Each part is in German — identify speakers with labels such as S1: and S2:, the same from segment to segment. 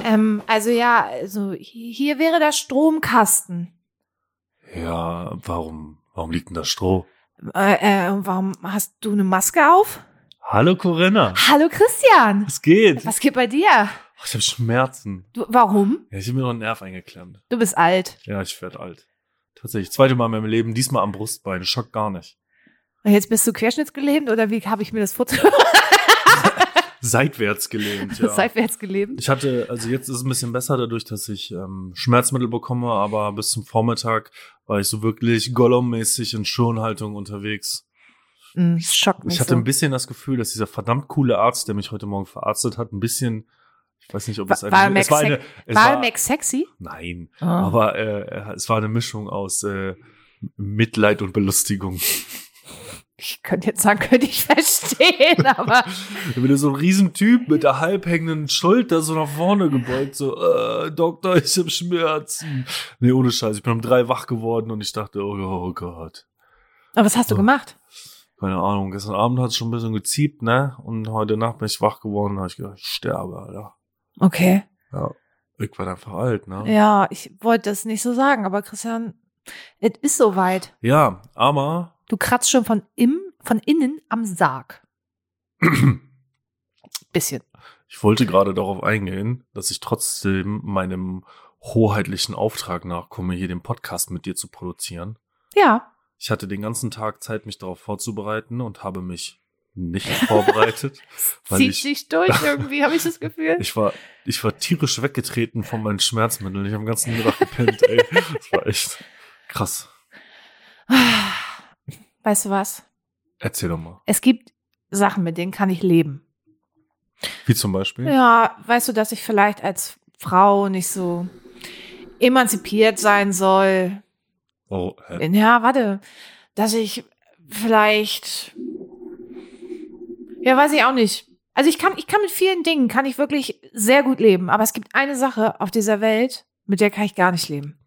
S1: Ähm, also ja, also hier wäre der Stromkasten.
S2: Ja, warum, warum liegt denn das Stroh?
S1: Äh, äh, warum hast du eine Maske auf?
S2: Hallo Corinna,
S1: Hallo Christian.
S2: was geht?
S1: Was geht bei dir?
S2: Ach, ich habe Schmerzen.
S1: Du, warum?
S2: Ja, ich habe mir noch einen Nerv eingeklemmt.
S1: Du bist alt.
S2: Ja, ich werd alt. Tatsächlich, zweite Mal in meinem Leben, diesmal am Brustbein. Schock gar nicht.
S1: Und jetzt bist du querschnittsgelähmt oder wie habe ich mir das vorgestellt?
S2: Seitwärts gelähmt, ja.
S1: Seitwärts gelähmt?
S2: Ich hatte, also jetzt ist es ein bisschen besser dadurch, dass ich ähm, Schmerzmittel bekomme, aber bis zum Vormittag war ich so wirklich Gollum-mäßig in Schonhaltung unterwegs.
S1: Hm, schockt mich
S2: Ich hatte
S1: so.
S2: ein bisschen das Gefühl, dass dieser verdammt coole Arzt, der mich heute Morgen verarztet hat, ein bisschen, ich weiß nicht, ob es
S1: War-
S2: eine,
S1: war Max
S2: es war eine, es
S1: War
S2: war,
S1: Max sexy?
S2: nein,
S1: Oh.
S2: aber äh, es war eine Mischung aus äh, Mitleid und Belustigung.
S1: Ich könnte jetzt sagen, könnte ich verstehen, aber
S2: Wenn du so ein Riesentyp mit der halbhängenden Schulter so nach vorne gebeugt, so, äh, Doktor, ich hab Schmerzen. Nee, ohne Scheiß, ich bin um drei wach geworden und ich dachte, oh, oh Gott.
S1: Aber was hast du
S2: Oh.
S1: gemacht?
S2: Keine Ahnung, gestern Abend hat es schon ein bisschen geziebt, ne? Und heute Nacht bin ich wach geworden und hab ich gedacht, ich sterbe, Alter.
S1: Okay.
S2: Ja, ich war einfach alt, ne?
S1: Ja, ich wollte das nicht so sagen, aber Christian, es ist soweit.
S2: Ja, aber
S1: Du kratzt schon von im, von innen am Sarg. Bisschen.
S2: ich wollte gerade darauf eingehen, dass ich trotzdem meinem hoheitlichen Auftrag nachkomme, hier den Podcast mit dir zu produzieren.
S1: Ja.
S2: Ich hatte den ganzen Tag Zeit, mich darauf vorzubereiten und habe mich nicht vorbereitet. Weil
S1: Zieht
S2: ich-
S1: sich durch irgendwie, habe ich das Gefühl.
S2: Ich war, ich war tierisch weggetreten von meinen Schmerzmitteln. Ich habe den ganzen Mittag gepennt, ey. Das war echt krass.
S1: Weißt du was?
S2: Erzähl doch mal.
S1: Es gibt Sachen, mit denen kann ich leben.
S2: Wie zum Beispiel?
S1: Ja, weißt du, dass ich vielleicht als Frau nicht so emanzipiert sein soll.
S2: Oh, hä?
S1: Ja, warte. Dass ich vielleicht. Ja, weiß ich auch nicht. Also ich kann, ich kann mit vielen Dingen, kann ich wirklich sehr gut leben. Aber es gibt eine Sache auf dieser Welt, mit der kann ich gar nicht leben.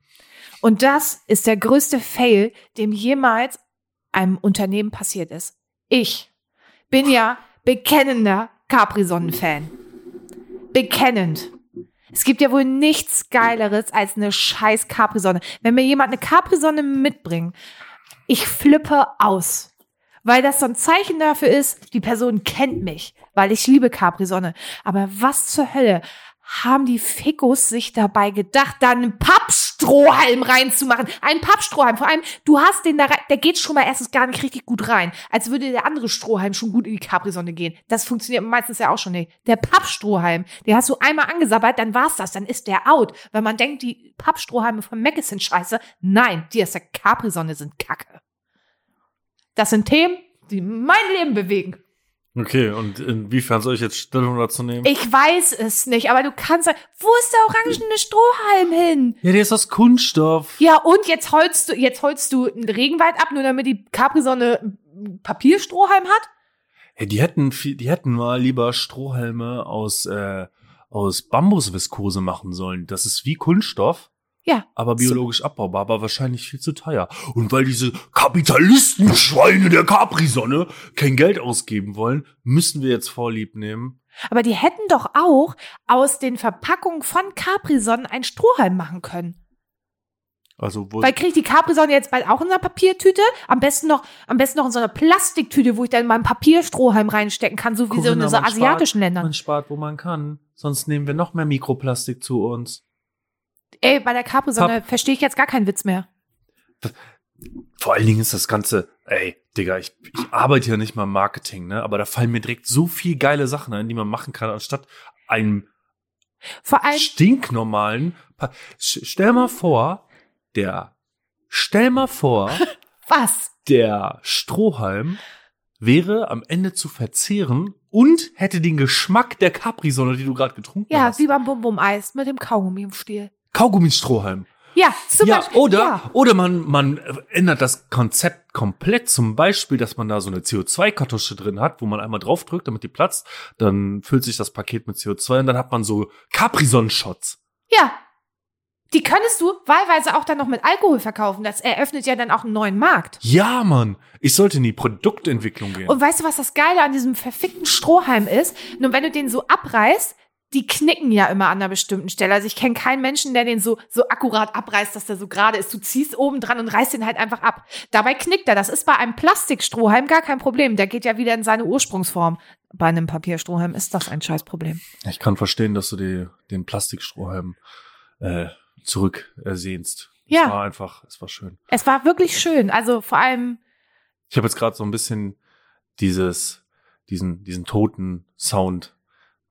S1: Und das ist der größte Fail, dem jemals einem Unternehmen passiert ist. Ich bin ja bekennender Capri-Sonnen-Fan. Bekennend. Es gibt ja wohl nichts Geileres als eine scheiß Capri-Sonne. Wenn mir jemand eine Capri-Sonne mitbringt, ich flippe aus. Weil das so ein Zeichen dafür ist, die Person kennt mich, weil ich liebe Capri-Sonne. Aber was zur Hölle haben die Fickos sich dabei gedacht, da einen Pappstrohhalm reinzumachen? Einen Pappstrohhalm. Vor allem, du hast den da rein, der geht schon mal erstens gar nicht richtig gut rein. Als würde der andere Strohhalm schon gut in die Capri-Sonne gehen. Das funktioniert meistens ja auch schon nicht. Der Pappstrohhalm, den hast du einmal angesabbert, dann war's das, dann ist der out. Wenn man denkt, die Pappstrohhalme von Mac sind scheiße. Nein, die aus der Capri-Sonne sind kacke. Das sind Themen, die mein Leben bewegen.
S2: Okay, und inwiefern soll ich jetzt Stellung dazu nehmen?
S1: Ich weiß es nicht, aber du kannst sagen, wo ist der orangene Strohhalm hin?
S2: ja, der ist aus Kunststoff.
S1: Ja, und jetzt holst du, jetzt holst du einen Regenwald ab, nur damit die Capri-Sonne einen Papierstrohhalm hat?
S2: Ja, die hätten, viel- die hätten mal lieber Strohhalme aus, äh, aus Bambusviskose machen sollen. Das ist wie Kunststoff.
S1: Ja.
S2: Aber biologisch abbaubar, aber wahrscheinlich viel zu teuer. Und weil diese Kapitalistenschweine der Capri-Sonne kein Geld ausgeben wollen, müssen wir jetzt Vorlieb nehmen.
S1: Aber die hätten doch auch aus den Verpackungen von Capri-Sonnen einen Strohhalm machen können.
S2: Also, wo
S1: Weil kriege ich die Capri-Sonne jetzt bald auch in einer Papiertüte? Am besten noch, am besten noch in so einer Plastiktüte, wo ich dann meinen Papierstrohhalm reinstecken kann, so wie so in
S2: Corinna,
S1: so
S2: man
S1: asiatischen Ländern.
S2: man spart, wo man kann. Sonst nehmen wir noch mehr Mikroplastik zu uns.
S1: Ey, bei der Capri-Sonne verstehe ich jetzt gar keinen Witz mehr.
S2: Vor allen Dingen ist das Ganze, ey, Digga, ich, ich arbeite ja nicht mal im Marketing, ne? Aber da fallen mir direkt so viel geile Sachen ein, die man machen kann, anstatt einem
S1: Vor allem,
S2: stinknormalen. Pa Sch- stell mal vor, der, stell mal vor,
S1: was?
S2: der Strohhalm wäre am Ende zu verzehren und hätte den Geschmack der Capri-Sonne, die du gerade getrunken
S1: Ja,
S2: hast.
S1: wie beim Bum-Bum-Eis mit dem Kaugummi im Stiel.
S2: Kaugummi-Strohhalm.
S1: Ja, zum
S2: ja,
S1: Beispiel.
S2: oder,
S1: Ja.
S2: oder man, man ändert das Konzept komplett. Zum Beispiel, dass man da so eine CO2-Kartusche drin hat, wo man einmal draufdrückt, damit die platzt. Dann füllt sich das Paket mit CO2 und dann hat man so Capri-Sonnen-Shots.
S1: ja, Die könntest du wahlweise auch dann noch mit Alkohol verkaufen. Das eröffnet ja dann auch einen neuen Markt.
S2: Ja, Mann. Ich sollte in die Produktentwicklung gehen.
S1: Und weißt du, was das Geile an diesem verfickten Strohhalm ist? Nur wenn du den so abreißt, die knicken ja immer an einer bestimmten Stelle. Also ich kenne keinen Menschen, der den so, so akkurat abreißt, dass der so gerade ist. Du ziehst oben dran und reißt den halt einfach ab. Dabei knickt er. Das ist bei einem Plastikstrohhalm gar kein Problem. Der geht ja wieder in seine Ursprungsform. Bei einem Papierstrohhalm ist das ein Scheißproblem.
S2: Ich kann verstehen, dass du die, den Plastikstrohhalm äh, zurückersehnst.
S1: Ja.
S2: Es war einfach, es war schön.
S1: Es war wirklich schön. Also vor allem,
S2: Ich habe jetzt gerade so ein bisschen dieses, diesen, diesen toten Sound,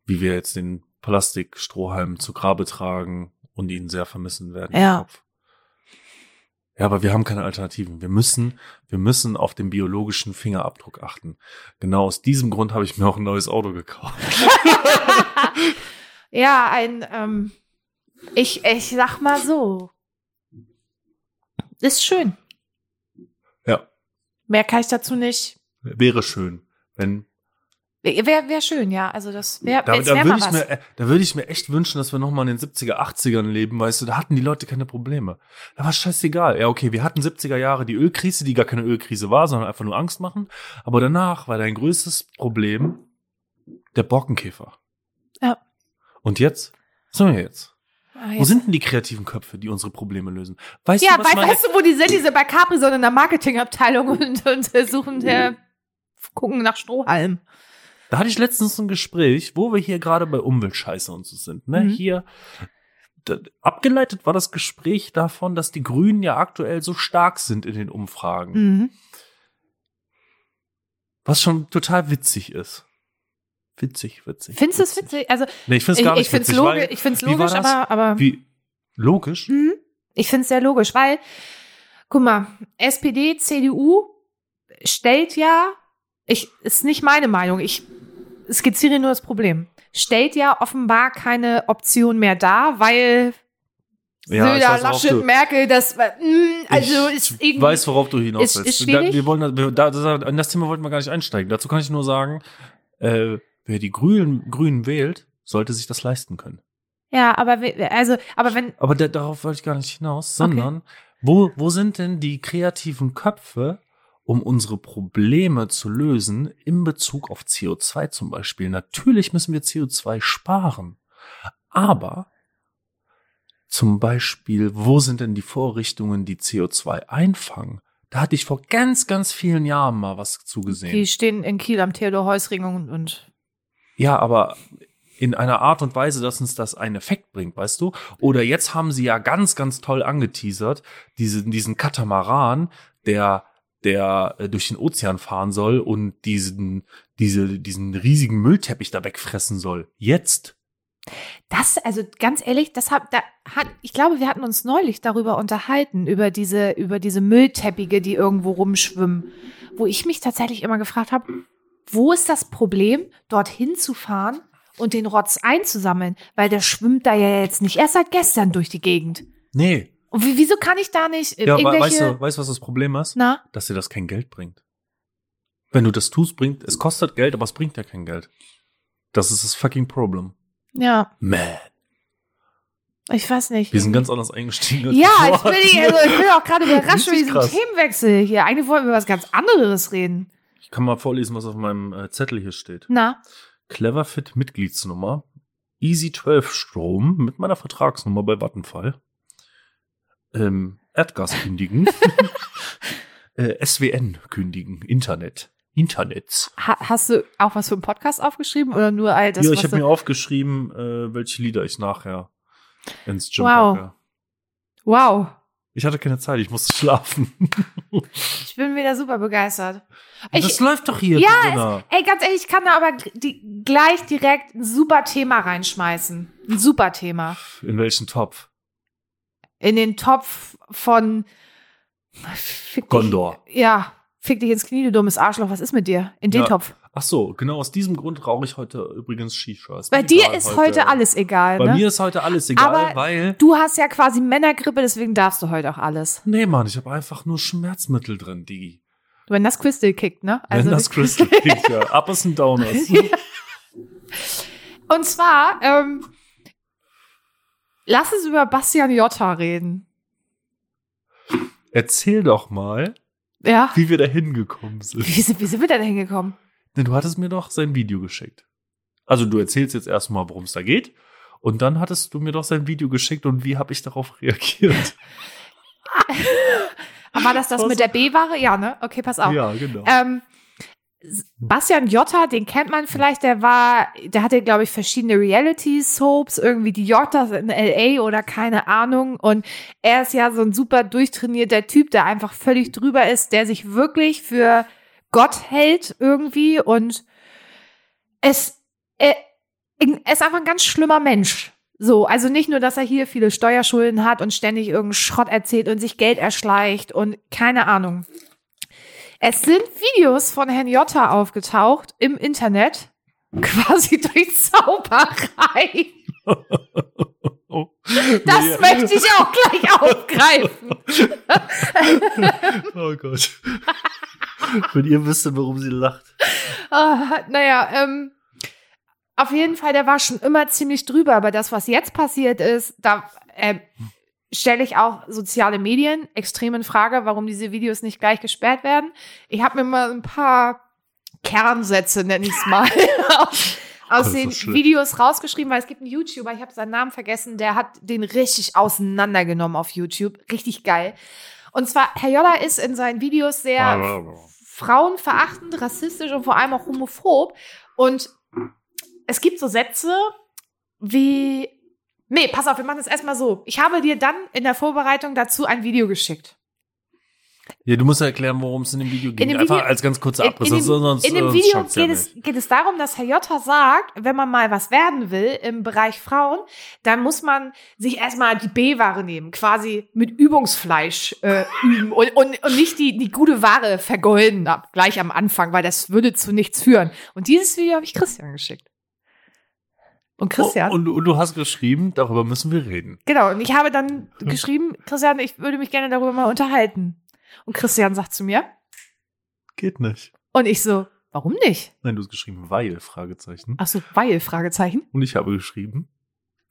S2: wie wir jetzt den Plastikstrohhalm zu Grabe tragen und ihn sehr vermissen werden. im
S1: Ja.
S2: Kopf. Ja, aber wir haben keine Alternativen. Wir müssen, wir müssen auf den biologischen Fingerabdruck achten. Genau aus diesem Grund habe ich mir auch ein neues Auto gekauft.
S1: ja, ein, ähm, ich, ich sag mal so. Ist schön.
S2: Ja.
S1: Mehr kann ich dazu nicht.
S2: Wäre schön, wenn
S1: Wäre wär schön, ja. Also das wäre
S2: Da,
S1: wär,
S2: da
S1: wär
S2: würde
S1: mal
S2: ich,
S1: was.
S2: mir, äh, da würd ich mir echt wünschen, dass wir nochmal in den 70er, 80ern leben, weißt du, da hatten die Leute keine Probleme. Da war scheißegal. Ja, okay, wir hatten 70er Jahre die Ölkrise, die gar keine Ölkrise war, sondern einfach nur Angst machen. Aber danach war dein größtes Problem der Borkenkäfer.
S1: Ja.
S2: Und jetzt? Was sind wir jetzt?
S1: Ah,
S2: Wo
S1: ja.
S2: sind denn die kreativen Köpfe, die unsere Probleme lösen? Weißt
S1: ja,
S2: du, was
S1: weißt,
S2: meine,
S1: weißt du, wo die sind? Die sind bei Capri, sondern in der Marketingabteilung und, und äh, suchen, äh, gucken nach Strohhalm.
S2: da hatte ich letztens ein Gespräch, wo wir hier gerade bei Umweltscheiße und so sind, ne?
S1: Mhm.
S2: Hier da, abgeleitet war das Gespräch davon, dass die Grünen ja aktuell so stark sind in den Umfragen.
S1: Mhm.
S2: Was schon total witzig ist. Witzig, witzig.
S1: Findest du es witzig? Also
S2: Nee, ich find's
S1: ich,
S2: gar
S1: ich
S2: nicht
S1: finde es
S2: witzig.
S1: logisch,
S2: weil,
S1: ich find's
S2: wie war
S1: logisch
S2: das?
S1: aber, aber
S2: wie, logisch?
S1: Mhm. Ich finde es sehr logisch, weil, guck mal, SPD, CDU stellt ja, ich, ist nicht meine Meinung, ich skizziere nur das Problem, stellt ja offenbar keine Option mehr dar, weil
S2: Ja, ich
S1: Söder,
S2: weiß, worauf
S1: Laschet,
S2: du-
S1: Merkel, das, war- mm, also
S2: ich
S1: ist irgendwie.
S2: weiß, worauf du hinaus
S1: ist-
S2: willst.
S1: ist schwierig.
S2: Da, wir wollen, da- wir, da, das, an das Thema wollten wir gar nicht einsteigen. Dazu kann ich nur sagen, äh, wer die Grünen, Grünen wählt, sollte sich das leisten können.
S1: ja, aber, we- also, aber wenn,
S2: Aber da, darauf wollte ich gar nicht hinaus, sondern wo, wo sind denn die kreativen Köpfe, um unsere Probleme zu lösen in Bezug auf CO2 zum Beispiel? Natürlich müssen wir CO2 sparen, aber zum Beispiel, wo sind denn die Vorrichtungen, die CO2 einfangen? Da hatte ich vor ganz, ganz vielen Jahren mal was zugesehen.
S1: die stehen in Kiel am Theodor-Heuss-Ring und, und,
S2: Ja, aber in einer Art und Weise, dass uns das einen Effekt bringt, weißt du? Oder jetzt haben sie ja ganz, ganz toll angeteasert, diesen, diesen Katamaran, der, der äh, durch den Ozean fahren soll und diesen, diese, diesen riesigen Müllteppich da wegfressen soll. Jetzt?
S1: das, also ganz ehrlich, das hat, da hat, ich glaube, wir hatten uns neulich darüber unterhalten, über diese, über diese Müllteppiche, die irgendwo rumschwimmen, wo ich mich tatsächlich immer gefragt habe, wo ist das Problem, dorthin zu fahren und den Rotz einzusammeln? Weil der schwimmt da ja jetzt nicht erst seit gestern durch die Gegend.
S2: Nee.
S1: Und wie, wieso kann ich da nicht äh,
S2: Ja, we-
S1: irgendwelche,
S2: weißt du, weißt du, was das Problem ist?
S1: na?
S2: Dass dir das kein Geld bringt. Wenn du das tust, bringt, es kostet Geld, aber es bringt ja kein Geld. Das ist das fucking Problem.
S1: Ja,
S2: Man.
S1: ich weiß nicht.
S2: Wir sind ganz anders eingestiegen. als
S1: Ja,
S2: wir
S1: ich bin,
S2: vorhatten.
S1: ich, also ich bin auch gerade überrascht über
S2: Richtig
S1: diesen
S2: krass.
S1: Themenwechsel hier. Eigentlich wollten wir über was ganz anderes reden.
S2: Ich kann mal vorlesen, was auf meinem äh, Zettel hier steht.
S1: Na,
S2: Cleverfit Mitgliedsnummer, Easy 12 Strom mit meiner Vertragsnummer bei Vattenfall, ähm, Erdgas kündigen, äh, SWN kündigen, Internet, Internets.
S1: ha hast du auch was für einen Podcast aufgeschrieben oder nur all das,
S2: ja, ich
S1: was
S2: habe
S1: du
S2: mir aufgeschrieben, äh, welche Lieder ich nachher ins Gym
S1: Wow.
S2: packe.
S1: Wow,
S2: Ich hatte keine Zeit, ich musste schlafen.
S1: ich bin wieder super begeistert.
S2: das
S1: Ich,
S2: läuft doch hier,
S1: Ja,
S2: Corinna.
S1: ey, ganz ehrlich, ich kann da aber gl- die, gleich direkt ein super Thema reinschmeißen. Ein super Thema.
S2: In welchen Topf?
S1: In den Topf von fick dich-
S2: Gondor.
S1: Ja, fick dich ins Knie, du dummes Arschloch. Was ist mit dir? In den
S2: Ja.
S1: Topf.
S2: Ach so, genau aus diesem Grund rauche ich heute übrigens Shisha. Ist
S1: Bei
S2: mir
S1: dir
S2: egal
S1: ist heute alles egal,
S2: Bei
S1: ne?
S2: mir ist heute alles egal,
S1: Aber-
S2: weil.
S1: Du hast ja quasi Männergrippe, deswegen darfst du heute auch alles.
S2: Nee, Mann, ich habe einfach nur Schmerzmittel drin, Digi.
S1: Wenn das Crystal kickt, ne?
S2: Wenn das Crystal klingt, ja. Uppers und Downers.
S1: und zwar ähm, Lass uns über Bastian Jotta reden.
S2: Erzähl doch mal,
S1: Ja.
S2: wie wir da hingekommen sind.
S1: Wie sind, wie sind wir denn hingekommen?
S2: Denn du hattest mir doch sein Video geschickt. Also du erzählst jetzt erstmal, worum es da geht. Und dann hattest du mir doch sein Video geschickt und wie habe ich darauf reagiert?
S1: Aber war das das
S2: Was?
S1: mit der B-Ware? Ja, ne? Okay, pass auf.
S2: Ja, genau.
S1: Ähm, S- Bastian Jotta, den kennt man vielleicht, der war, der hatte, glaube ich, verschiedene Reality-Soaps, irgendwie die Jottas in L.A. oder keine Ahnung. Und er ist ja so ein super durchtrainierter Typ, der einfach völlig drüber ist, der sich wirklich für Gott hält irgendwie und es, er, er ist einfach ein ganz schlimmer Mensch. So, also nicht nur, dass er hier viele Steuerschulden hat und ständig irgendeinen Schrott erzählt und sich Geld erschleicht und keine Ahnung. Es sind Videos von Herrn Jotta aufgetaucht im Internet, quasi durch Zauberei.
S2: Oh.
S1: Das
S2: Nee.
S1: möchte ich auch gleich aufgreifen.
S2: Oh Gott. Wenn ihr wüsstet, warum sie lacht.
S1: Ah, naja, ähm, auf jeden Fall, der war schon immer ziemlich drüber, aber das, was jetzt passiert ist, da äh, stelle ich auch soziale Medien extrem in Frage, warum diese Videos nicht gleich gesperrt werden. Ich habe mir mal ein paar Kernsätze, nenne ich es mal, aus,
S2: Das
S1: aus
S2: ist
S1: den
S2: so schlimm.
S1: Videos rausgeschrieben, weil es gibt einen YouTuber, ich habe seinen Namen vergessen, der hat den richtig auseinandergenommen auf YouTube. Richtig geil. Und zwar, Herr Jolla ist in seinen Videos
S2: Ah,
S1: sehr frauenverachtend, rassistisch und vor allem auch homophob. Und es gibt so Sätze wie, nee, pass auf, wir machen das erstmal so. Ich habe dir dann in der Vorbereitung dazu ein Video geschickt.
S2: Ja, du musst erklären, worum es in dem Video ging.
S1: dem
S2: Einfach
S1: Video-
S2: als ganz kurzer
S1: In,
S2: Abriss.
S1: in, dem,
S2: sonst,
S1: in dem
S2: äh,
S1: Video
S2: schafft's ja
S1: geht, es,
S2: nicht.
S1: geht es darum, dass Herr Jotta sagt, wenn man mal was werden will im Bereich Frauen, dann muss man sich erstmal die B-Ware nehmen, quasi mit Übungsfleisch äh, üben und, und, und nicht die, die gute Ware vergolden ab, gleich am Anfang, weil das würde zu nichts führen. Und dieses Video habe ich Christian geschickt. Und Christian,
S2: Oh, und, und du hast geschrieben, darüber müssen wir reden.
S1: genau, und ich habe dann geschrieben, Christian, ich würde mich gerne darüber mal unterhalten. Und Christian sagt zu mir,
S2: Geht nicht.
S1: und ich so, warum nicht?
S2: Nein, du hast geschrieben, weil, Fragezeichen.
S1: Ach so, weil, Fragezeichen.
S2: Und ich habe geschrieben,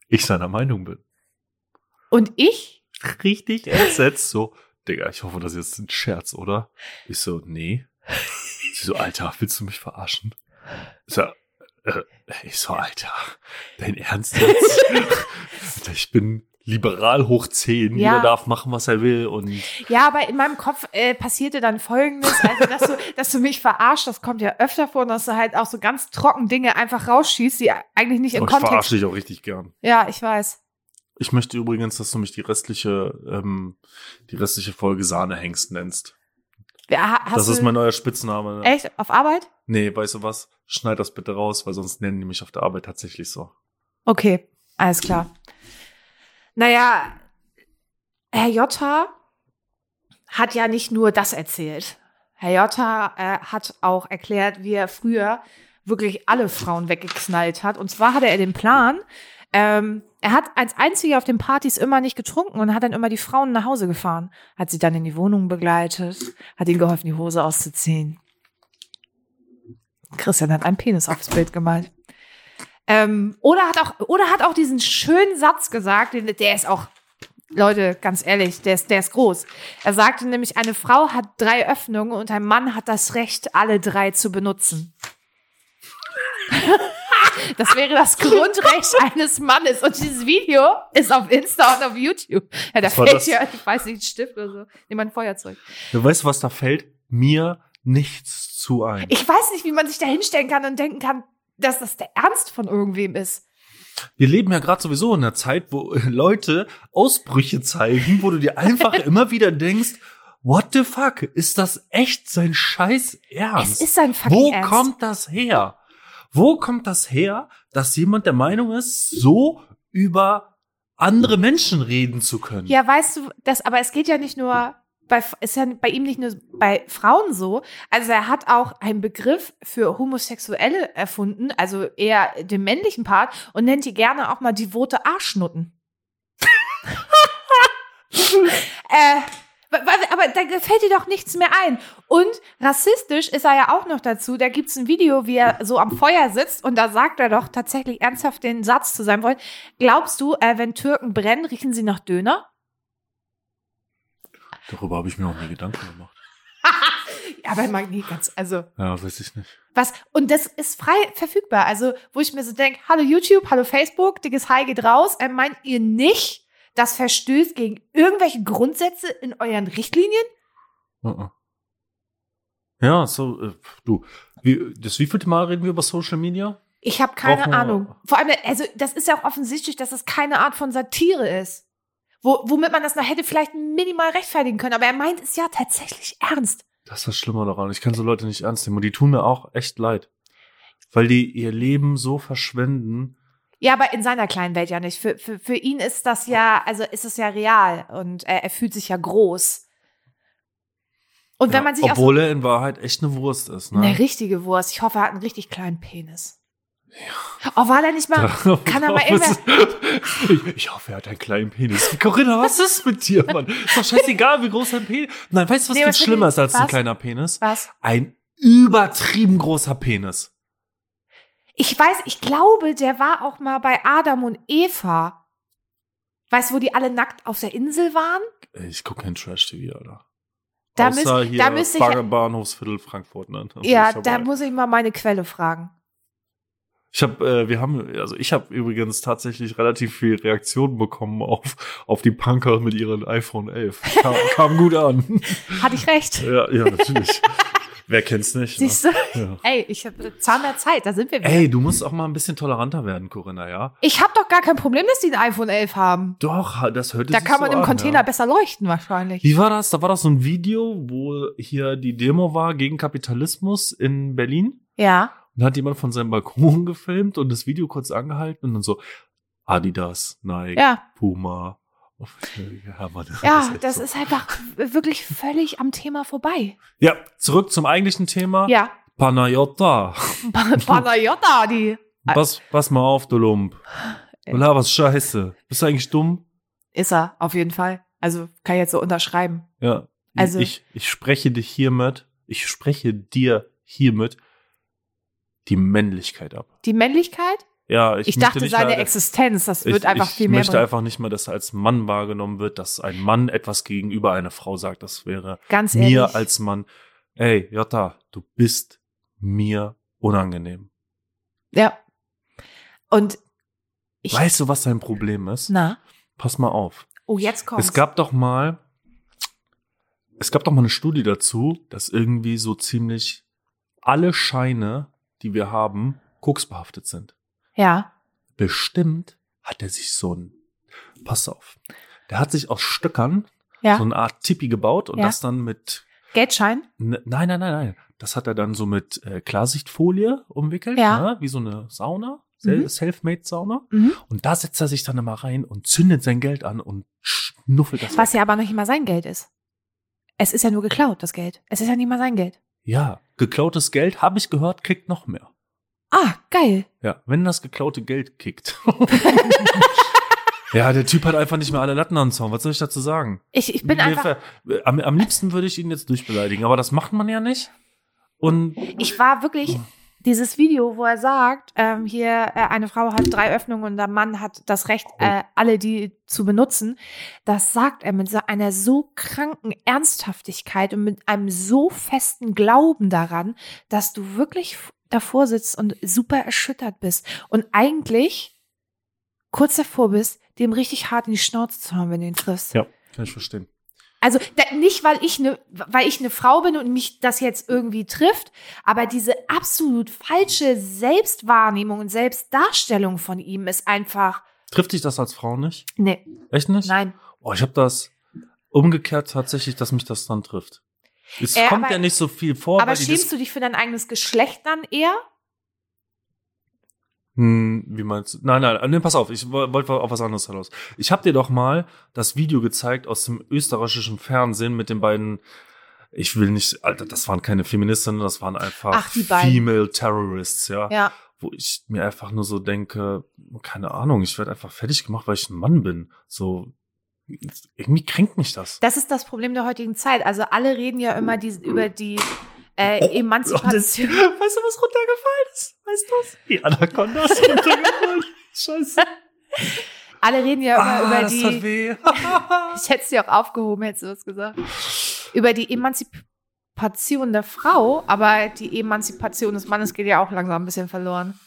S2: ich seiner Meinung bin.
S1: Und ich?
S2: Richtig entsetzt, so, Digga, ich hoffe, das ist jetzt ein Scherz, oder? Ich so, nee. Sie so, Alter, willst du mich verarschen? Ich so, äh, ich so Alter, dein Ernst jetzt? Alter, ich bin liberal hoch 10,
S1: Ja.
S2: jeder darf machen, was er will und
S1: Ja, aber in meinem Kopf äh, passierte dann Folgendes, also dass du, dass du mich verarscht, das kommt ja öfter vor, dass du halt auch so ganz trocken Dinge einfach rausschießt, die eigentlich nicht im
S2: Und ich
S1: Kontext.
S2: verarsche dich auch richtig gern.
S1: Ja, ich weiß.
S2: Ich möchte übrigens, dass du mich die restliche, ähm, die restliche Folge Sahnehengst nennst.
S1: Wer- ha- Hast
S2: das
S1: du,
S2: ist mein neuer Spitzname.
S1: Echt? Auf Arbeit?
S2: Nee, weißt du was? Schneid das bitte raus, weil sonst nennen die mich auf der Arbeit tatsächlich so.
S1: Okay, alles klar. Naja, Herr Jotta hat ja nicht nur das erzählt. Herr Jotta äh, hat auch erklärt, wie er früher wirklich alle Frauen weggeknallt hat. Und zwar hatte er den Plan, ähm, er hat als einziger auf den Partys immer nicht getrunken und hat dann immer die Frauen nach Hause gefahren. Hat sie dann in die Wohnung begleitet, hat ihnen geholfen, die Hose auszuziehen. Christian hat einen Penis aufs Bild gemalt. Ähm, oder, hat auch, oder hat auch diesen schönen Satz gesagt, den, der ist auch, Leute, ganz ehrlich, der ist, der ist groß. Er sagte nämlich, eine Frau hat drei Öffnungen und ein Mann hat das Recht, alle drei zu benutzen. Das wäre das Grundrecht eines Mannes. Und dieses Video ist auf Insta und auf YouTube. Ja, da
S2: Was war
S1: fällt
S2: das?
S1: ja, ich weiß nicht, ein Stift oder so. Niemand ein Feuerzeug.
S2: Ja, weißt du, was da fällt? Mir nichts zu ein.
S1: Ich weiß nicht, wie man sich da hinstellen kann und denken kann, dass das der Ernst von irgendwem ist.
S2: Wir leben ja gerade sowieso in einer Zeit, wo Leute Ausbrüche zeigen, wo du dir einfach immer wieder denkst, what the fuck? Ist das echt sein scheiß Ernst?
S1: Es ist sein fucking
S2: Wo
S1: Ernst.
S2: kommt das her? Wo kommt das her, dass jemand der Meinung ist, so über andere Menschen reden zu können?
S1: Ja, weißt du, das, aber es geht ja nicht nur bei, ist ja bei ihm nicht nur bei Frauen so. Also er hat auch einen Begriff für Homosexuelle erfunden, also eher den männlichen Part und nennt die gerne auch mal devote Arschnutten. äh, Wa- wa- Aber da gefällt dir doch nichts mehr ein. Und rassistisch ist er ja auch noch dazu. Da gibt's ein Video, wie er so am Feuer sitzt und da sagt er doch tatsächlich ernsthaft den Satz zu seinem Freund. Glaubst du, äh, wenn Türken brennen, riechen sie nach Döner?
S2: Darüber habe ich mir noch nie Gedanken gemacht.
S1: Ja, aber man, nee, ganz, also
S2: Ja, weiß ich nicht.
S1: was. Und das ist frei verfügbar. Also, wo ich mir so denke, hallo YouTube, hallo Facebook, dickes Hi geht raus. Äh, meint ihr nicht, das verstößt gegen irgendwelche Grundsätze in euren Richtlinien?
S2: Mhm. Ja, so, äh, du, wie, das wievielte Mal reden wir über Social Media?
S1: Ich habe keine
S2: Brauchen wir-
S1: Ahnung. Vor allem, also das ist ja auch offensichtlich, dass das keine Art von Satire ist. Wo, womit man das noch hätte vielleicht minimal rechtfertigen können. Aber er meint es ja tatsächlich ernst.
S2: Das ist das Schlimme daran. Ich kann so Leute nicht ernst nehmen und die tun mir auch echt leid. Weil die ihr Leben so verschwenden.
S1: Ja, aber in seiner kleinen Welt ja nicht. Für, für, für ihn ist das ja, also ist es ja real und er, er fühlt sich ja groß. Und wenn
S2: Ja,
S1: man sich auch
S2: obwohl er in Wahrheit echt eine Wurst ist,
S1: so, eine
S2: ne?
S1: richtige Wurst, ich hoffe, er hat einen richtig kleinen Penis. Oh, war er nicht mal.
S2: Darauf-
S1: Kann er mal
S2: darauf ist- ich, ich hoffe, er hat einen kleinen Penis. Corinna, was ist mit dir, Mann? Ist doch scheißegal, wie groß dein Penis ist. Nein, weißt du, was
S1: Nee,
S2: viel
S1: was will
S2: schlimmer
S1: ich-
S2: ist als ein
S1: was?
S2: kleiner Penis?
S1: Was?
S2: Ein übertrieben großer Penis.
S1: Ich weiß, ich glaube, der war auch mal bei Adam und Eva. Weißt du, wo die alle nackt auf der Insel waren?
S2: Ey, Ich gucke kein Trash-TV, Alter.
S1: Da, müß,
S2: Außer hier
S1: da müsste ich.
S2: Bagger Bahnhofsviertel Frankfurt. Ne? Da bin
S1: ja,
S2: ich dabei.
S1: da muss ich mal meine Quelle fragen.
S2: Ich habe, äh, wir haben, also ich habe übrigens tatsächlich relativ viel Reaktionen bekommen auf auf die Punker mit ihren iPhone 11. Kam, kam gut an.
S1: Hatte ich recht.
S2: ja, ja, natürlich. Wer kennt's nicht? Ne?
S1: Siehst du?
S2: Ja.
S1: Ey, ich habe Zahn der Zeit, da sind wir wieder.
S2: Ey, du musst auch mal ein bisschen toleranter werden, Corinna, ja?
S1: Ich habe doch gar kein Problem, dass die ein iPhone 11 haben.
S2: Doch, das hört
S1: Da
S2: sich
S1: kann man
S2: so
S1: im
S2: an,
S1: Container
S2: Ja.
S1: besser leuchten wahrscheinlich.
S2: Wie war das? Da war das so ein Video, wo hier die Demo war gegen Kapitalismus in Berlin.
S1: Ja.
S2: Und hat jemand von seinem Balkon gefilmt und das Video kurz angehalten und dann so Adidas, Nike,
S1: Ja,
S2: Puma. Oh, Ja, Mann,
S1: ja,
S2: echt
S1: das
S2: so.
S1: ist einfach wirklich völlig am Thema vorbei.
S2: Ja, zurück zum eigentlichen Thema.
S1: Ja,
S2: Panayota.
S1: Panayota, die.
S2: Pass, pass mal auf, du Lump.
S1: Äh.
S2: Du laberst Scheiße. Bist du eigentlich dumm?
S1: Ist er, auf jeden Fall. Also kann ich jetzt so unterschreiben.
S2: Ja.
S1: Also-
S2: ich, ich spreche dich hiermit, ich spreche dir hiermit die Männlichkeit ab.
S1: Die Männlichkeit?
S2: Ja, ich,
S1: Ich,
S2: möchte
S1: dachte,
S2: nicht
S1: seine
S2: leider-
S1: Existenz, das wird
S2: ich,
S1: einfach
S2: ich
S1: viel mehr.
S2: möchte
S1: bringen.
S2: einfach nicht mehr, dass er als Mann wahrgenommen wird, dass ein Mann etwas gegenüber einer Frau sagt. Das wäre
S1: Ganz ehrlich.
S2: mir als Mann, ey, Jota, du bist mir unangenehm.
S1: ja. Und ich.
S2: weißt du, was dein Problem ist?
S1: Na.
S2: Pass mal auf.
S1: Oh, jetzt kommt.
S2: Es gab doch mal, es gab doch mal eine Studie dazu, dass irgendwie so ziemlich alle Scheine, die wir haben, koksbehaftet sind.
S1: Ja.
S2: Bestimmt hat er sich so ein, pass auf, der hat sich aus Stöckern
S1: Ja.
S2: so eine Art Tipi gebaut und
S1: Ja.
S2: das dann mit
S1: Geldschein?
S2: ne- nein, nein, nein, nein. Das hat er dann so mit äh, Klarsichtfolie umwickelt,
S1: Ja.
S2: ne? wie so eine Sauna,
S1: Mhm.
S2: Sel- Selfmade-Sauna.
S1: Mhm.
S2: Und da setzt er sich dann immer rein und zündet sein Geld an und schnuffelt das.
S1: Was
S2: weg.
S1: ja aber noch immer sein Geld ist. Es ist ja nur geklaut, das Geld. Es ist ja nicht mal sein Geld.
S2: Ja, geklautes Geld, habe ich gehört, kickt noch mehr.
S1: Ah, geil.
S2: Ja, wenn das geklaute Geld kickt. ja, der Typ hat einfach nicht mehr alle Latten am Zaun. Was soll ich dazu sagen?
S1: Ich, ich bin
S2: Mir
S1: einfach.
S2: ver- äh, am, am liebsten würde ich ihn jetzt durchbeleidigen, aber das macht man ja nicht. Und
S1: Ich war wirklich. Dieses Video, wo er sagt, ähm, hier äh, eine Frau hat drei Öffnungen und der Mann hat das Recht, äh, alle die zu benutzen, das sagt er mit so einer so kranken Ernsthaftigkeit und mit einem so festen Glauben daran, dass du wirklich f- davor sitzt und super erschüttert bist und eigentlich kurz davor bist, dem richtig hart in die Schnauze zu hauen, wenn du ihn triffst.
S2: ja, kann ich verstehen.
S1: Also da, nicht, weil ich eine, weil ich eine Frau bin und mich das jetzt irgendwie trifft, aber diese absolut falsche Selbstwahrnehmung und Selbstdarstellung von ihm ist einfach.
S2: Trifft dich das als Frau nicht?
S1: Nee,
S2: Echt nicht?
S1: nein.
S2: Oh, ich habe das umgekehrt tatsächlich, dass mich das dann trifft. Es
S1: Äh,
S2: kommt
S1: aber-
S2: ja nicht so viel vor,
S1: aber
S2: weil die
S1: schämst
S2: das,
S1: du dich für dein eigenes Geschlecht dann eher?
S2: hm, wie meinst du? Nein, nein, nee, pass auf, ich wo- wollte auf was anderes heraus. Ich habe dir doch mal das Video gezeigt aus dem österreichischen Fernsehen mit den beiden ich will nicht, Alter, das waren keine Feministinnen, das waren einfach
S1: Ach, die beiden.
S2: Female Terrorists, ja,
S1: Ja.
S2: Wo ich mir einfach nur so denke, keine Ahnung, ich werde einfach fertig gemacht, weil ich ein Mann bin. So, Irgendwie kränkt mich das.
S1: Das ist das Problem der heutigen Zeit. Also alle reden ja immer die, über die äh,
S2: Und das, Oh, weißt du,
S1: Emanzipation.
S2: was runtergefallen ist? Weißt du was? Die Anaconda ist runtergefallen. Scheiße. Ah,
S1: Alle reden ja immer über
S2: das
S1: die.
S2: tat weh.
S1: Ich hätte sie auch aufgehoben, hättest du was gesagt. Über die Emanzipation der Frau, aber die Emanzipation des Mannes geht ja auch langsam ein bisschen verloren.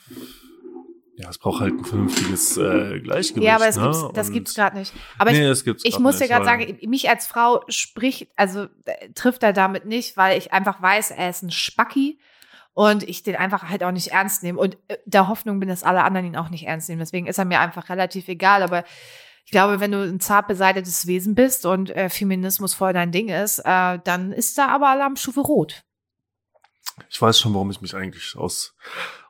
S2: ja, es braucht halt ein vernünftiges äh, Gleichgewicht.
S1: ja, aber das
S2: ne?
S1: gibt's, das
S2: Und-
S1: gibt's gerade nicht. Aber ich,
S2: nee, das gibt's
S1: ich
S2: grad
S1: muss dir
S2: nicht,
S1: gerade
S2: weil-
S1: sagen, mich als Frau spricht, also äh, trifft er damit nicht, weil ich einfach weiß, er ist ein Spacki und ich den einfach halt auch nicht ernst nehme. Und äh, der Hoffnung bin, dass alle anderen ihn auch nicht ernst nehmen. Deswegen ist er mir einfach relativ egal. Aber ich glaube, wenn du ein zart beseitetes Wesen bist und äh, Feminismus voll dein Ding ist, äh, dann ist da aber Alarmstufe rot.
S2: Ich weiß schon, warum ich mich eigentlich aus,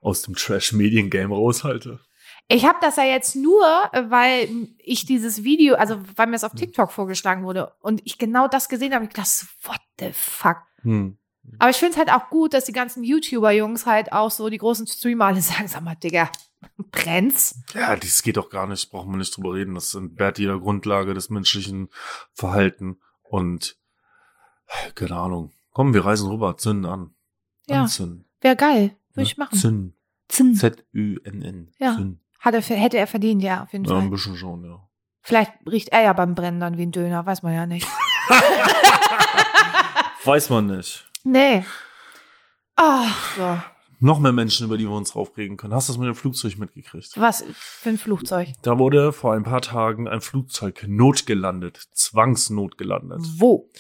S2: aus dem Trash-Medien-Game raushalte.
S1: Ich habe das ja jetzt nur, äh, weil ich dieses Video, also weil mir es auf TikTok vorgeschlagen wurde und ich genau das gesehen habe, ich dachte, so, what the fuck?
S2: Hm.
S1: Aber ich finde es halt auch gut, dass die ganzen YouTuber-Jungs halt auch so die großen Streamer alle sagen, sag mal, Digga, brennt's?
S2: Ja, das geht auch gar nicht, brauchen wir nicht drüber reden. Das entbehrt jeder Grundlage des menschlichen Verhalten und keine Ahnung. Komm, wir reisen rüber, zünden an.
S1: Ja.
S2: Anzünden.
S1: Wäre geil, würde
S2: ne?
S1: ich machen.
S2: Zünden.
S1: Zinn.
S2: Z-Ü-N-N.
S1: Ja.
S2: Zünden.
S1: Hat er, ver- hätte er verdient, ja, auf jeden
S2: Ja, ein
S1: Fall.
S2: bisschen schon, ja.
S1: Vielleicht riecht er ja beim Brennen dann wie ein Döner, weiß man ja nicht.
S2: Weiß man nicht.
S1: Nee. Ach, so.
S2: Noch mehr Menschen, über die wir uns aufregen können. Hast du das mit dem Flugzeug mitgekriegt?
S1: Was für ein Flugzeug.
S2: Da wurde vor ein paar Tagen ein Flugzeug notgelandet, zwangsnotgelandet.
S1: Wo?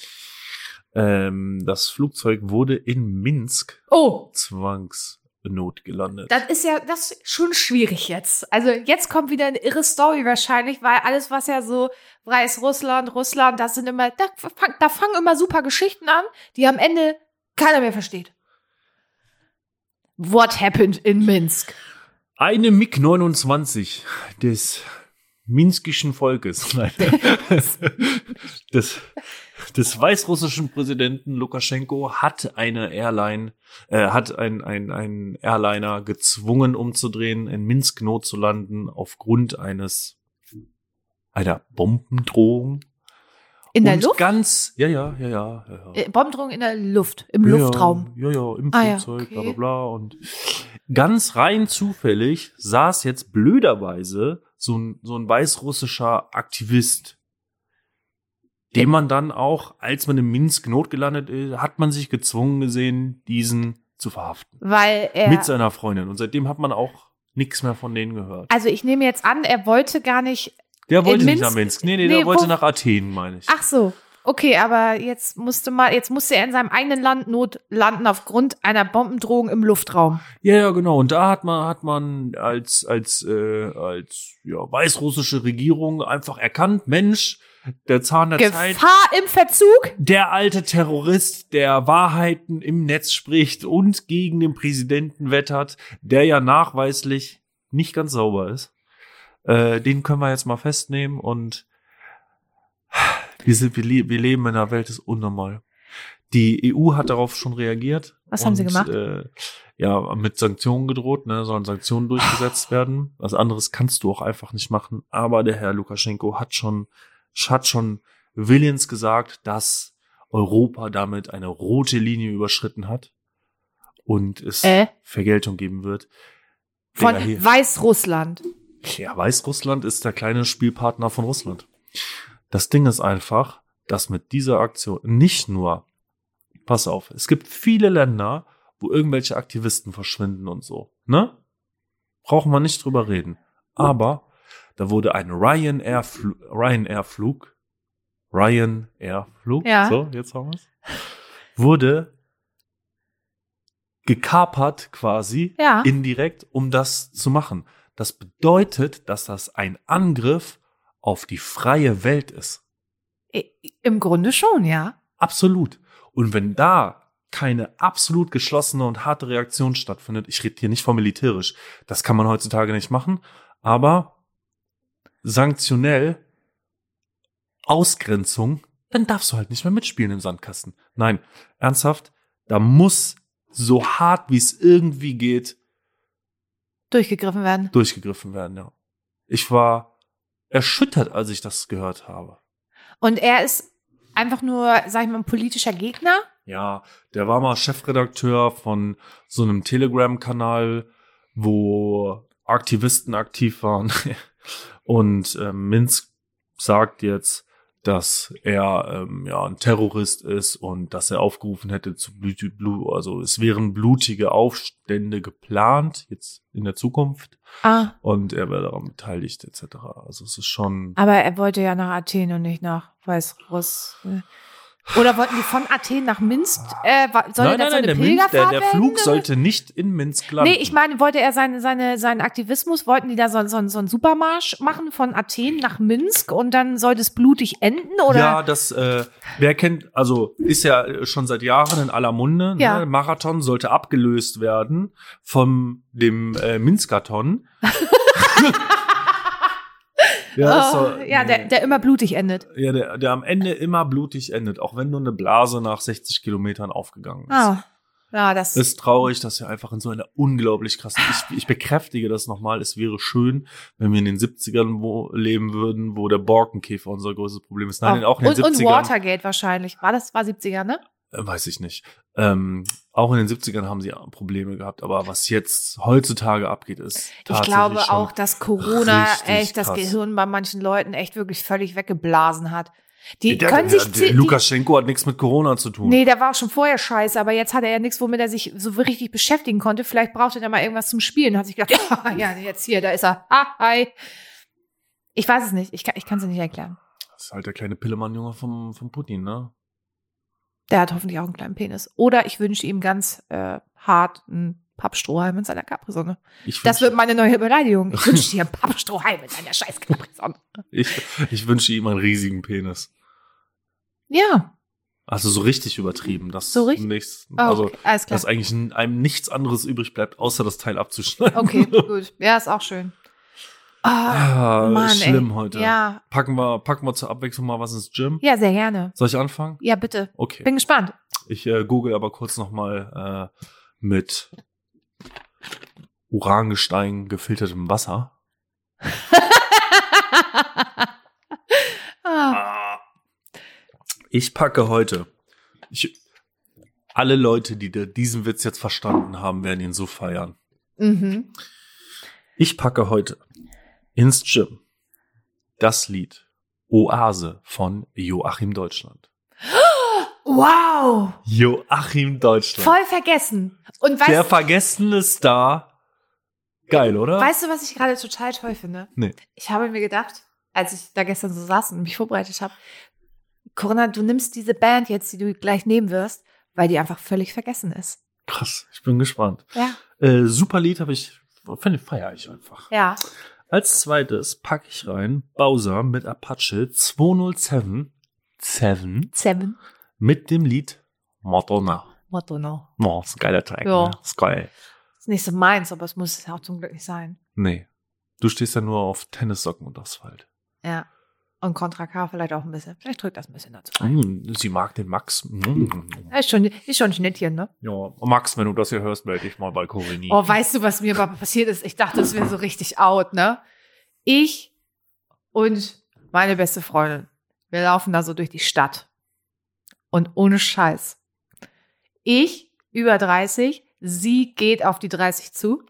S2: Ähm, das Flugzeug wurde in Minsk
S1: Oh,
S2: zwangsnot gelandet.
S1: das ist ja, das ist schon schwierig jetzt. Also jetzt kommt wieder eine irre Story wahrscheinlich, weil alles, was ja so Weißrussland, Russland, das sind immer, da, fang- da fangen immer super Geschichten an, die am Ende keiner mehr versteht. What happened in Minsk?
S2: Eine MiG-29 des minskischen Volkes, nein, des, des weißrussischen Präsidenten Lukaschenko hat eine Airline, äh, hat ein, ein, ein Airliner gezwungen umzudrehen, in Minsk not zu landen, aufgrund eines einer Bombendrohung.
S1: In der
S2: und
S1: Luft?
S2: Ganz, ja, ja, ja, ja, ja. ja.
S1: Äh, Bombendrohung in der Luft, im Luftraum.
S2: Ja, ja, im
S1: Ah, ja,
S2: Flugzeug,
S1: okay.
S2: bla bla bla. Und ganz rein zufällig saß jetzt blöderweise so ein, so ein weißrussischer Aktivist, dem man dann auch, als man in Minsk notgelandet ist, hat man sich gezwungen gesehen, diesen zu verhaften.
S1: Weil
S2: Mit
S1: er.
S2: seiner Freundin. Und seitdem hat man auch nichts mehr von denen gehört.
S1: Also ich nehme jetzt an, er wollte gar nicht.
S2: Der wollte nicht
S1: Minsk-
S2: nach Minsk. Nee, nee,
S1: Nee,
S2: der wollte
S1: wo-
S2: nach Athen, meine ich.
S1: Ach so. Okay, aber jetzt musste mal, jetzt musste er in seinem eigenen Land not landen aufgrund einer Bombendrohung im Luftraum.
S2: Ja, ja, genau. Und da hat man, hat man als, als, äh, als ja, weißrussische Regierung einfach erkannt, Mensch, der Zahn der Zeit,
S1: Gefahr im Verzug?
S2: der alte Terrorist, der Wahrheiten im Netz spricht und gegen den Präsidenten wettert, der ja nachweislich nicht ganz sauber ist. Äh, den können wir jetzt mal festnehmen und wir, sind, wir, le- wir leben in einer Welt des Unnormal. Die EU hat darauf schon reagiert.
S1: Was haben sie gemacht?
S2: Äh, ja, mit Sanktionen gedroht, ne, sollen Sanktionen durchgesetzt werden. Was anderes kannst du auch einfach nicht machen. Aber der Herr Lukaschenko hat schon, hat schon willens gesagt, dass Europa damit eine rote Linie überschritten hat und es
S1: Äh?
S2: Vergeltung geben wird.
S1: Von
S2: Digga, hier-
S1: Weißrussland.
S2: ja, Weißrussland ist der kleine Spielpartner von Russland. Das Ding ist einfach, dass mit dieser Aktion nicht nur, pass auf, es gibt viele Länder, wo irgendwelche Aktivisten verschwinden und so, ne? Brauchen wir nicht drüber reden. Aber da wurde ein Ryanair-Flug, Ryanair-Flug, Ryanair-Flug,
S1: Ja.
S2: so, jetzt haben wir's, wurde gekapert quasi,
S1: Ja.
S2: indirekt, um das zu machen. Das bedeutet, dass das ein Angriff auf die freie Welt ist.
S1: I- Im Grunde schon, ja.
S2: Absolut. Und wenn da keine absolut geschlossene und harte Reaktion stattfindet, ich rede hier nicht von militärisch, das kann man heutzutage nicht machen, aber sanktionell Ausgrenzung, dann darfst du halt nicht mehr mitspielen im Sandkasten. Nein, ernsthaft, da muss so hart wie es irgendwie geht
S1: Durchgegriffen werden.
S2: durchgegriffen werden, ja. Ich war erschüttert, als ich das gehört habe.
S1: Und er ist einfach nur, sag ich mal, ein politischer Gegner.
S2: Ja, der war mal Chefredakteur von so einem Telegram-Kanal, wo Aktivisten aktiv waren. Und ähm, Minsk sagt jetzt, dass er ähm, ja ein Terrorist ist und dass er aufgerufen hätte zu Blut, Blut, also es wären blutige Aufstände geplant jetzt in der Zukunft
S1: Ah,
S2: und er wäre daran beteiligt etc. Also es ist schon
S1: aber er wollte ja nach Athen und nicht nach Weißruss. Oder wollten die von Athen nach Minsk? Äh, wa- soll
S2: nein,
S1: das so
S2: nein, nein,
S1: eine
S2: der, Minsk,
S1: Pilgerfahrt
S2: der, der
S1: werden?
S2: Flug sollte nicht in Minsk landen.
S1: Nee, ich meine, wollte er seine, seine, seinen Aktivismus, wollten die da so, so, so einen Supermarsch machen von Athen nach Minsk und dann sollte es blutig enden? Oder?
S2: ja, das, äh, wer kennt, also ist ja schon seit Jahren in aller Munde.
S1: Ja.
S2: Ne? Marathon sollte abgelöst werden vom dem äh, Minskathon. ja, ist
S1: oh,
S2: so-
S1: ja der, der immer blutig endet.
S2: ja der, der am Ende immer blutig endet, auch wenn nur eine Blase nach 60 Kilometern aufgegangen ist.
S1: Ah, ja, das
S2: ist traurig, dass wir einfach in so einer unglaublich krassen, ich, ich bekräftige das nochmal, es wäre schön, wenn wir in den 70ern wo leben würden, wo der Borkenkäfer unser großes Problem ist. Nein,
S1: Oh.
S2: auch in den
S1: und, und
S2: 70ern.
S1: Watergate wahrscheinlich. War das war 70er, ne?
S2: Äh, weiß ich nicht. Ähm, auch in den 70ern haben sie Probleme gehabt, aber was jetzt heutzutage abgeht, ist
S1: Ich
S2: tatsächlich
S1: glaube
S2: schon,
S1: auch, dass Corona
S2: richtig
S1: echt das
S2: krass.
S1: Gehirn bei manchen Leuten echt wirklich völlig weggeblasen hat. Die
S2: der,
S1: können
S2: der,
S1: sich
S2: der,
S1: die-
S2: Lukaschenko hat nichts mit Corona zu
S1: die,
S2: tun.
S1: Nee, der war auch schon vorher scheiße, aber jetzt hat er ja nichts, womit er sich so richtig beschäftigen konnte. Vielleicht brauchte er mal irgendwas zum Spielen. Hat sich gedacht, ja, ja jetzt hier, da ist er. Ah, hi. Ich weiß es nicht. Ich kann es nicht erklären.
S2: Das ist halt der kleine Pillemann-Junge vom, vom Putin, ne?
S1: Der hat hoffentlich auch einen kleinen Penis. Oder ich wünsche ihm ganz äh, hart einen Pappstrohhalm in seiner Capri-Sonne.
S2: Ich
S1: Das
S2: wünsch-
S1: wird meine neue Beleidigung. Ich wünsche dir einen Pappstrohhalm in deiner scheiß Capri-Sonne.
S2: ich, ich wünsche ihm einen riesigen Penis.
S1: Ja,
S2: Also so richtig übertrieben, dass
S1: So richtig?
S2: nichts,
S1: Ah,
S2: also
S1: okay, alles klar.
S2: dass eigentlich n- einem nichts anderes übrig bleibt, außer das Teil abzuschneiden.
S1: Okay, gut. Ja, ist auch schön. Ah,
S2: Ah,
S1: Mann,
S2: ist schlimm
S1: ey.
S2: heute.
S1: Ja,
S2: Packen wir, packen wir zur Abwechslung mal was ins Gym.
S1: ja, sehr gerne.
S2: Soll ich anfangen?
S1: Ja, bitte.
S2: Okay.
S1: Bin gespannt.
S2: Ich äh, google aber kurz nochmal äh, mit Urangestein gefiltertem Wasser.
S1: ah,
S2: Ich packe heute. Ich, alle Leute, die da- diesen Witz jetzt verstanden haben, werden ihn so feiern.
S1: mhm.
S2: Ich packe heute ins Gym das Lied Oase von Joachim Deutschland.
S1: Wow,
S2: Joachim Deutschland.
S1: voll vergessen. Und
S2: Der
S1: weißt,
S2: vergessene Star. Geil, oder?
S1: weißt du, was ich gerade total toll finde?
S2: Nee.
S1: Ich habe mir gedacht, als ich da gestern so saß und mich vorbereitet habe, Corinna, du nimmst diese Band jetzt, die du gleich nehmen wirst, weil die einfach völlig vergessen ist.
S2: Krass, ich bin gespannt.
S1: Ja,
S2: Äh, super Lied habe ich, finde feier ich einfach.
S1: ja.
S2: Als zweites packe ich rein Bowser mit Apache 207 7,
S1: Seven.
S2: mit dem Lied Madonna.
S1: What do you know?
S2: Oh, ist ein geiler Track.
S1: Ja.
S2: Ne? Ist geil.
S1: Ist nicht so meins, aber es muss es auch zum Glück nicht sein.
S2: Nee. Du stehst ja nur auf Tennissocken und Asphalt.
S1: Ja. Und Contra K vielleicht auch ein bisschen. Vielleicht drückt das ein bisschen dazu.
S2: Mm, sie mag den Max. Mm.
S1: Ja, Ist schon, ist schon ein Schnittchen, ne?
S2: Ja, Max, wenn du das hier hörst, melde dich mal bei Corini.
S1: Oh, weißt du, was mir aber passiert ist? Ich dachte, es wäre so richtig out, ne? Ich und meine beste Freundin, wir laufen da so durch die Stadt. Und ohne Scheiß. Ich über 30, sie geht auf die 30 zu.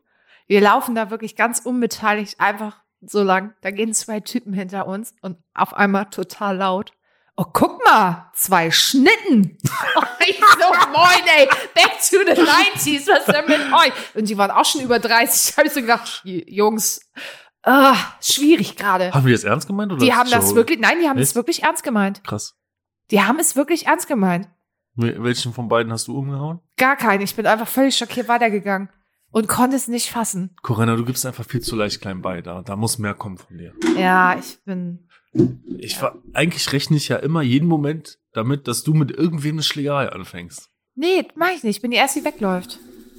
S1: Wir laufen da wirklich ganz unbeteiligt einfach so lang. Da gehen zwei Typen hinter uns und auf einmal total laut. Oh, guck mal, zwei Schnitten. Oh, ich so, moin, ey, back to the 90s, was ist denn mit euch? Und die waren auch schon über 30. Da habe ich so gedacht, J- Jungs, ah, schwierig gerade.
S2: Haben die das ernst gemeint? Oder
S1: Die
S2: ist
S1: haben das
S2: schon-
S1: wirklich, nein, die haben es
S2: Echt?
S1: wirklich ernst gemeint.
S2: Krass.
S1: Die haben es wirklich ernst gemeint.
S2: Wel- Welchen von beiden hast du umgehauen?
S1: Gar keinen. Ich bin einfach völlig schockiert weitergegangen und konnte es nicht fassen.
S2: Corinna, du gibst einfach viel zu leicht klein bei. Da, da muss mehr kommen von dir.
S1: Ja, ich bin.
S2: Ich war, eigentlich rechne ich ja immer jeden Moment damit, dass du mit irgendwem eine Schlägerei anfängst.
S1: Nee, mach ich nicht. Ich bin die erste, die wegläuft.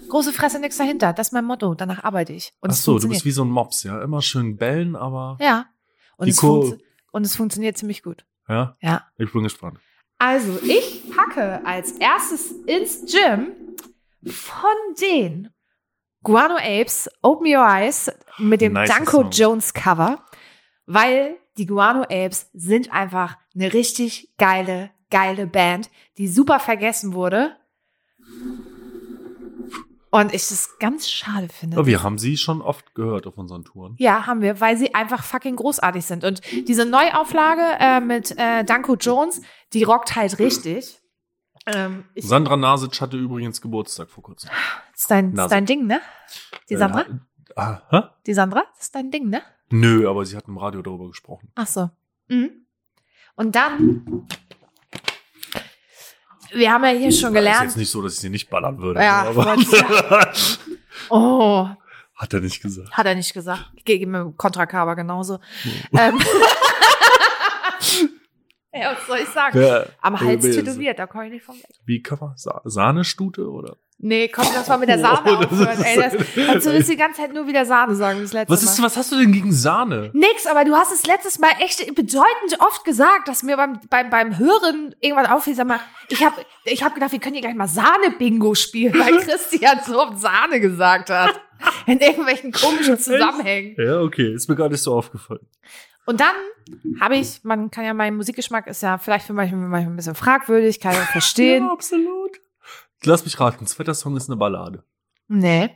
S1: Große Fresse, nix dahinter. Das ist mein Motto. Danach arbeite ich. Und
S2: Ach
S1: es
S2: so, du
S1: funktioniert.
S2: bist wie so ein Mops, ja. Immer schön bellen, aber
S1: Ja. Und
S2: Die
S1: es,
S2: Kur-
S1: funktio- und es funktioniert ziemlich gut.
S2: ja,
S1: Ja.
S2: ich bin gespannt.
S1: Also, ich packe als erstes ins Gym von den Guano Apes Open Your Eyes mit dem
S2: Nice
S1: Danko
S2: Song.
S1: Jones Cover, weil die Guano Apes sind einfach eine richtig geile, geile Band, die super vergessen wurde. Und ich das ganz schade finde.
S2: Aber wir haben sie schon oft gehört auf unseren Touren.
S1: Ja, haben wir, weil sie einfach fucking großartig sind. Und diese Neuauflage äh, mit äh, Danko Jones, die rockt halt richtig. Ähm, ich,
S2: Sandra Nasic hatte übrigens Geburtstag vor kurzem.
S1: ist, dein, ist dein Ding, ne? Die Sandra?
S2: Äh, ah, hä?
S1: Die Sandra? Das ist dein Ding, ne?
S2: Nö, aber sie hat im Radio darüber gesprochen.
S1: Ach so. Mhm. Und dann. Wir haben ja hier schon
S2: Ist jetzt
S1: gelernt.
S2: nicht so, dass ich sie nicht ballern würde.
S1: Ja,
S2: aber
S1: wollte Oh,
S2: hat er nicht gesagt.
S1: hat er nicht gesagt. Gegen mit Kontrakaber genauso. Ähm, ja, was soll ich sagen?
S2: Ja,
S1: Am Hals
S2: gewesen.
S1: tätowiert, da komme ich nicht von weg.
S2: Wie kann man? Sa Sahnestute oder?
S1: Nee, komm, lass mal mit der Sahne
S2: Oh, das
S1: aufhören.
S2: ist-
S1: Ey, das, also, du willst die ganze Zeit nur wieder Sahne sagen, das letzte
S2: Was,
S1: Mal.
S2: ist, was hast du denn gegen Sahne?
S1: Nix, aber du hast es letztes Mal echt bedeutend oft gesagt, dass mir beim, beim, beim Hören irgendwann auffiel, sag mal, ich habe ich hab gedacht, wir können hier gleich mal Sahne-Bingo spielen, weil Christian so oft Sahne gesagt hat. In irgendwelchen komischen Zusammenhängen.
S2: Ja, okay, ist mir gar nicht so aufgefallen.
S1: Und dann habe ich, man kann ja, mein Musikgeschmack ist ja vielleicht für manche manchmal ein bisschen fragwürdig, kann ich verstehen.
S2: Ja, absolut. Lass mich raten, zweiter Song ist eine Ballade.
S1: Nee.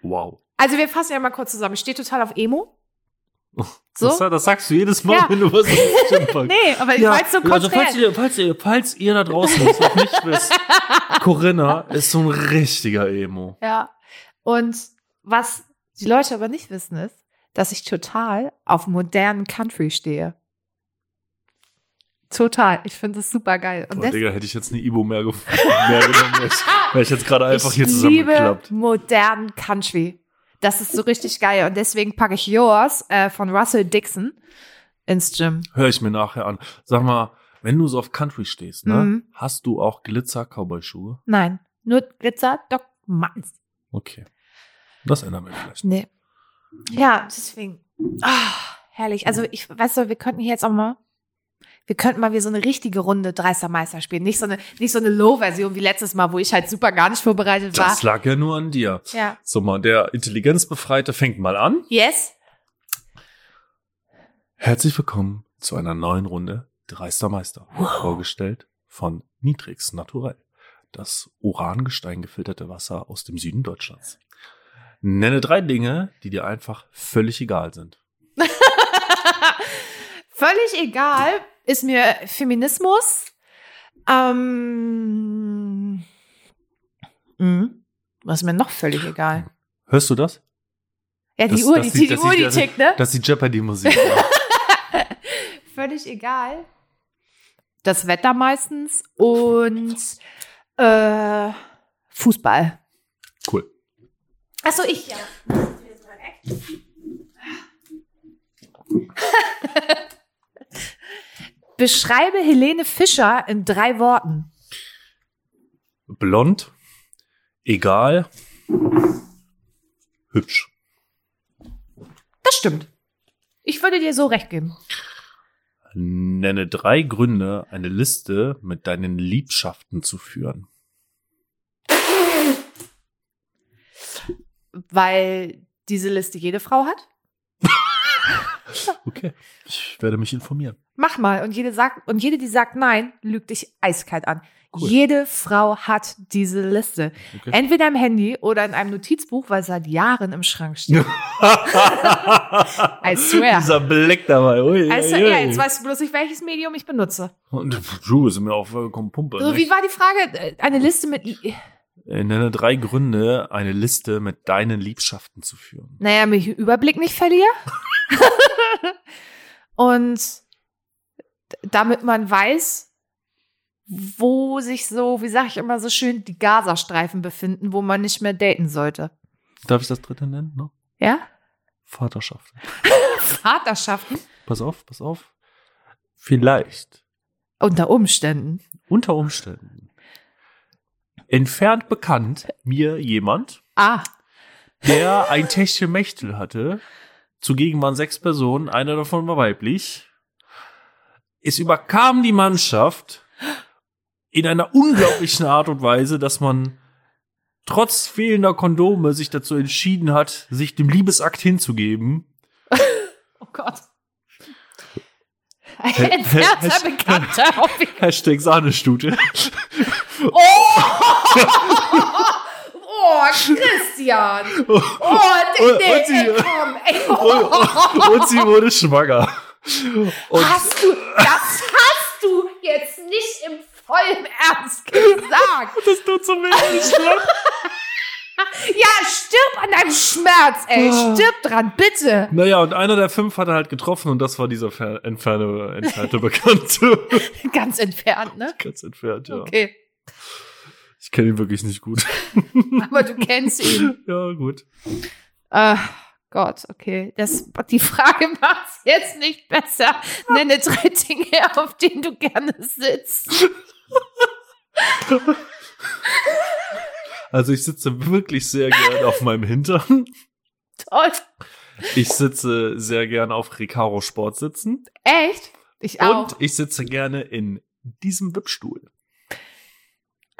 S2: Wow.
S1: Also wir fassen ja mal kurz zusammen. Ich stehe total auf Emo.
S2: Oh,
S1: So?
S2: Das, das sagst du jedes Mal,
S1: Ja.
S2: wenn du was auf den Schirm packst.
S1: Nee, aber ich
S2: Ja,
S1: wollte es so kurz
S2: also falls
S1: rein.
S2: ihr, falls, ihr, falls ihr da draußen das noch nicht wisst, Corinna ist so ein richtiger Emo.
S1: Ja. Und was die Leute aber nicht wissen ist, dass ich total auf modernen Country stehe. Total. Ich finde es super geil. Und
S2: Boah,
S1: das,
S2: Digga, hätte ich jetzt eine Ibo mehr, gef- mehr genommen, wäre ich, wär ich jetzt gerade einfach hier
S1: ich liebe
S2: zusammengeklappt.
S1: modernen Country. Das ist so richtig geil. Und deswegen packe ich Yours äh, von Russell Dixon ins Gym.
S2: Hör ich mir nachher an. Sag mal, wenn du so auf Country stehst, ne,
S1: Mhm.
S2: hast du auch Glitzer-Cowboy-Schuhe?
S1: Nein, nur Glitzer Doc Martens.
S2: Okay. Das ändern wir vielleicht.
S1: Nee. Ja, deswegen. Ah, herrlich. Also, ich weißt du, wir könnten hier jetzt auch mal. Wir könnten mal wie so eine richtige Runde Dreister Meister spielen. Nicht so eine, nicht so eine Low-Version wie letztes Mal, wo ich halt super gar nicht vorbereitet war.
S2: Das lag ja nur an dir.
S1: Ja.
S2: So, mal, der Intelligenzbefreite fängt mal an.
S1: Yes?
S2: Herzlich willkommen zu einer neuen Runde Dreister Meister. Vorgestellt von Nitrix Naturell. Das Urangestein gefilterte Wasser aus dem Süden Deutschlands. Nenne drei Dinge, die dir einfach völlig egal sind.
S1: Völlig egal ist mir Feminismus. Ähm, mhm. was ist mir noch völlig egal?
S2: Hörst du das?
S1: Ja, die
S2: Das-
S1: Uhr,
S2: das
S1: die,
S2: sieht-
S1: die, die
S2: das
S1: Uhr,
S2: sieht-
S1: die
S2: das
S1: tickt, ne?
S2: Das ist die Jeopardy-Musik. war.
S1: völlig egal. Das Wetter meistens und äh, Fußball.
S2: cool.
S1: Achso, ich ja. Beschreibe Helene Fischer in drei Worten.
S2: Blond. Egal. Hübsch.
S1: Das stimmt. Ich würde dir so recht geben.
S2: Nenne drei Gründe, eine Liste mit deinen Liebschaften zu führen.
S1: Weil diese Liste jede Frau hat.
S2: Okay. Ich werde mich informieren.
S1: Mach mal. Und jede, sagt, und jede die sagt nein, lügt dich eiskalt an.
S2: Cool.
S1: Jede Frau hat diese Liste.
S2: Okay.
S1: Entweder im Handy oder in einem Notizbuch, weil es seit Jahren im Schrank steht. I swear.
S2: Dieser Blick dabei. Ui,
S1: Also,
S2: ui,
S1: ja,
S2: ui.
S1: jetzt weißt du bloß nicht, welches Medium ich benutze.
S2: Und pff, du, ist mir auch vollkommen Pumpe.
S1: So,
S2: ne?
S1: wie war die Frage? Äh, Eine Liste mit. I-
S2: Äh, Nenne drei Gründe, eine Liste mit deinen Liebschaften zu führen.
S1: Naja, mich den Überblick nicht verliere. Und d- damit man weiß, wo sich so, wie sag ich immer so schön, die Gazastreifen befinden, wo man nicht mehr daten sollte.
S2: Darf ich das dritte nennen? Ne?
S1: Ja?
S2: Vaterschaft.
S1: Vaterschaften
S2: Pass auf, pass auf. Vielleicht
S1: unter Umständen.
S2: unter Umständen entfernt bekannt mir jemand,
S1: Ah,
S2: der ein Täschchen Mächtel hatte. Zugegen waren sechs Personen, einer davon war weiblich. Es überkam die Mannschaft in einer unglaublichen Art und Weise, dass man trotz fehlender Kondome sich dazu entschieden hat, sich dem Liebesakt hinzugeben.
S1: oh Gott. oh Ein sehr bekannter Hobby.
S2: Hashtag Sahnestute.
S1: Oh! Oh, Christian! Oh, nee,
S2: Und-
S1: nee,
S2: und sie-
S1: ey, komm, ey,
S2: Und, und sie wurde schwanger. Und
S1: hast du, das hast du jetzt nicht im vollen Ernst gesagt.
S2: das tut so weh.
S1: Ja, stirb an deinem Schmerz, ey,
S2: Ah.
S1: stirb dran, bitte.
S2: Naja, und einer der fünf hat er halt getroffen und das war dieser fer- entferne, entfernte Bekannte.
S1: Ganz entfernt, ne?
S2: Ganz entfernt, ja.
S1: Okay,
S2: Ich kenne ihn wirklich nicht gut.
S1: aber du kennst ihn.
S2: ja, gut.
S1: Ach Gott, okay. Das, die Frage macht's jetzt nicht besser. Nenne drei Dinge, auf denen du gerne sitzt.
S2: Also ich sitze wirklich sehr gern auf meinem Hintern.
S1: Toll.
S2: Ich sitze sehr gern auf Recaro Sportsitzen.
S1: Echt? Ich auch.
S2: Und ich sitze gerne in diesem Wippstuhl.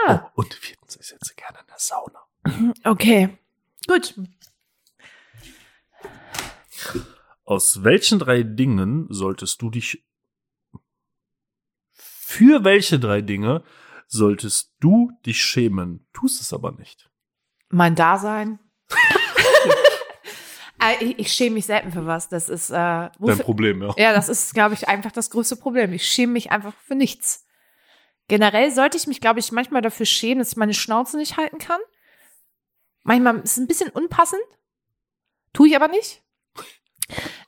S1: Ah.
S2: Oh, und viertens, ich sitze gerne in der Sauna.
S1: Okay. Gut.
S2: Aus welchen drei Dingen solltest du dich. Für welche drei Dinge solltest du dich schämen? Tust es aber nicht.
S1: Mein Dasein. Äh, ich, ich schäme mich selten für was. Das ist, äh,
S2: Dein
S1: wofür,
S2: Problem, ja.
S1: ja, das ist, glaube ich, einfach das größte Problem. Ich schäme mich einfach für nichts. Generell sollte ich mich, glaube ich, manchmal dafür schämen, dass ich meine Schnauze nicht halten kann. Manchmal ist es ein bisschen unpassend. Tue ich aber nicht.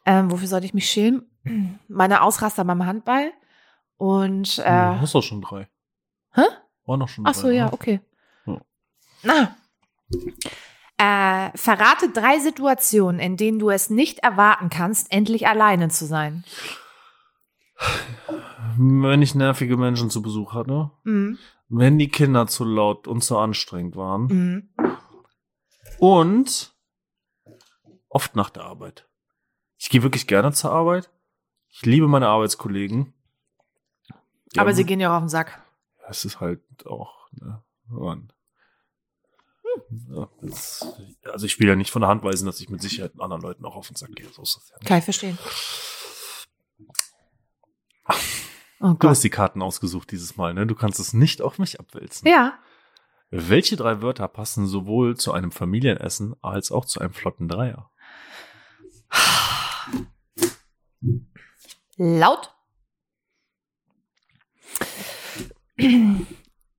S1: Ähm, wofür sollte ich mich schämen? Meine Ausraster beim Handball. Und äh,
S2: du hast doch schon drei.
S1: Hä?
S2: War noch schon
S1: Ach so,
S2: drei,
S1: ja,
S2: ne?
S1: okay.
S2: Ja.
S1: Na. Äh, verrate drei Situationen, in denen du es nicht erwarten kannst, endlich alleine zu sein.
S2: Wenn ich nervige Menschen zu Besuch hatte,
S1: Mhm.
S2: wenn die Kinder zu laut und zu anstrengend waren
S1: Mhm.
S2: und oft nach der Arbeit. Ich gehe wirklich gerne zur Arbeit. Ich liebe meine Arbeitskollegen. Die
S1: Aber
S2: haben-
S1: sie gehen ja auch auf den Sack.
S2: Es ist halt auch, ne? Mann.
S1: Hm.
S2: Ja, das, also ich will ja nicht von der Hand weisen, dass ich mit Sicherheit mit anderen Leuten auch auf den Sack gehe. So ist das ja nicht.
S1: Kann ich verstehen. Oh
S2: Du
S1: Gott.
S2: hast die Karten ausgesucht dieses Mal, ne? Du kannst es nicht auf mich abwälzen.
S1: Ja.
S2: Welche drei Wörter passen sowohl zu einem Familienessen als auch zu einem flotten Dreier?
S1: Laut.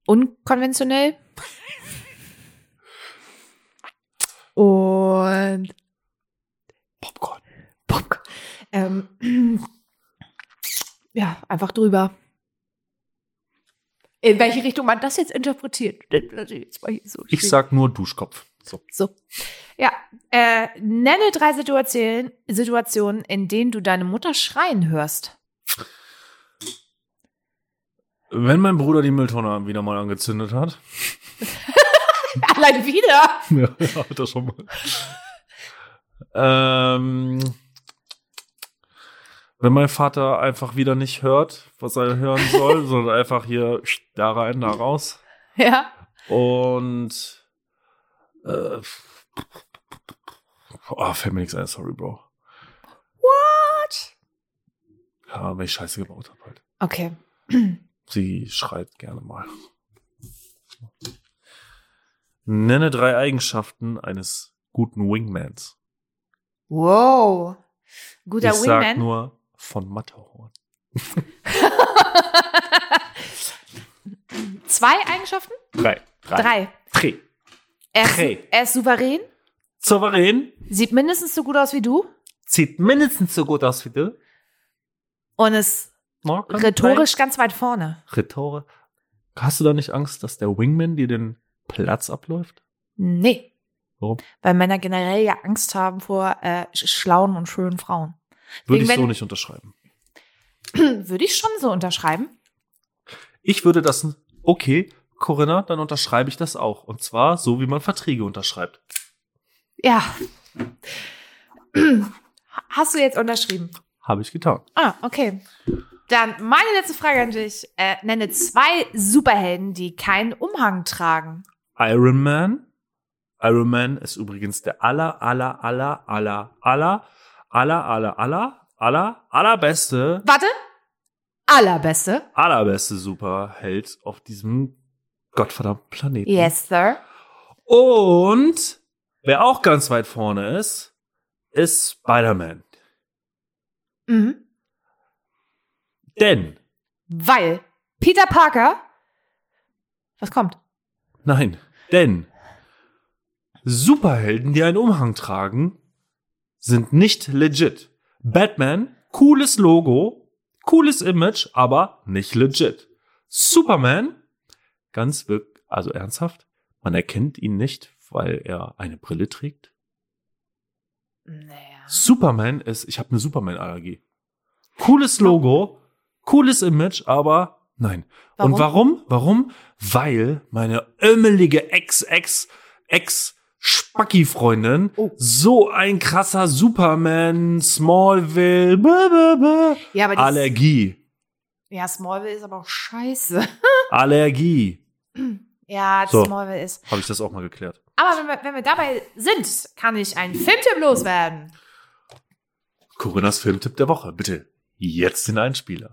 S1: Unkonventionell. Und
S2: Popcorn.
S1: Popcorn. Ähm, ja, einfach drüber. In welche Richtung man das jetzt interpretiert, das lasse ich jetzt mal hier so
S2: Ich
S1: stehen.
S2: sag nur Duschkopf. So.
S1: so. Ja, äh, nenne drei Situationen, Situationen, in denen du deine Mutter schreien hörst.
S2: Wenn mein Bruder die Mülltonne wieder mal angezündet hat,
S1: Allein wieder.
S2: ja, hat er schon mal. ähm, wenn mein Vater einfach wieder nicht hört, was er hören soll, sondern einfach hier da rein, da raus.
S1: Ja.
S2: Und äh, oh, fällt mir nichts ein, sorry, Bro.
S1: What?
S2: Ja, weil ich Scheiße gebaut habe halt.
S1: Okay.
S2: Sie schreit gerne mal. Nenne drei Eigenschaften eines guten Wingmans.
S1: Wow. Guter
S2: ich sag
S1: Wingman.
S2: nur von Matterhorn.
S1: Zwei Eigenschaften?
S2: Drei.
S1: Drei.
S2: Drei.
S1: Er ist,
S2: Drei.
S1: er ist souverän,
S2: Souverän.
S1: sieht mindestens so gut aus wie du
S2: Sieht mindestens so gut aus wie du.
S1: und ist
S2: Na, kann
S1: rhetorisch ganz weit vorne.
S2: sein. Rhetorisch. Hast du da nicht Angst, dass der Wingman dir den Platz abläuft?
S1: Nee.
S2: Warum?
S1: Weil Männer generell ja Angst haben vor äh, sch- schlauen und schönen Frauen.
S2: Würde ich
S1: Wingman-
S2: so nicht unterschreiben.
S1: Würde ich schon so unterschreiben.
S2: Ich würde das. Okay, Corinna, dann unterschreibe ich das auch. Und zwar so, wie man Verträge unterschreibt.
S1: Ja. Hast du jetzt unterschrieben?
S2: Habe ich getan.
S1: Ah, okay. Dann meine letzte Frage an dich. Äh, nenne zwei Superhelden, die keinen Umhang tragen.
S2: Iron Man. Iron Man ist übrigens der aller, aller, aller, aller, aller, aller, aller, aller, aller, allerbeste
S1: Warte, allerbeste.
S2: allerbeste Superheld auf diesem gottverdammten Planeten.
S1: Yes, sir.
S2: Und wer auch ganz weit vorne ist, ist Spider-Man.
S1: Mhm.
S2: Denn,
S1: Weil Peter Parker. Was kommt?
S2: nein, denn Superhelden, die einen Umhang tragen, sind nicht legit. Batman, cooles Logo, cooles Image, aber nicht legit. Superman, ganz wirk also ernsthaft, man erkennt ihn nicht, weil er eine Brille trägt.
S1: Naja.
S2: Superman ist, ich habe eine Superman-Allergie. Cooles Logo, cooles Image, aber nein. Und warum? Warum? Weil meine ömmelige Ex-Ex, Ex-Spacki-Freundin
S1: Oh.
S2: so ein krasser Superman, Smallville, blah, blah, blah,
S1: Ja, aber das,
S2: Allergie.
S1: ja, Smallville ist aber auch scheiße.
S2: Allergie.
S1: Ja,
S2: So.
S1: Smallville ist.
S2: Habe ich das auch mal geklärt.
S1: Aber wenn wir, wenn wir dabei sind, kann ich einen Filmtipp loswerden.
S2: Corinnas Filmtipp der Woche, bitte. Jetzt den Einspieler.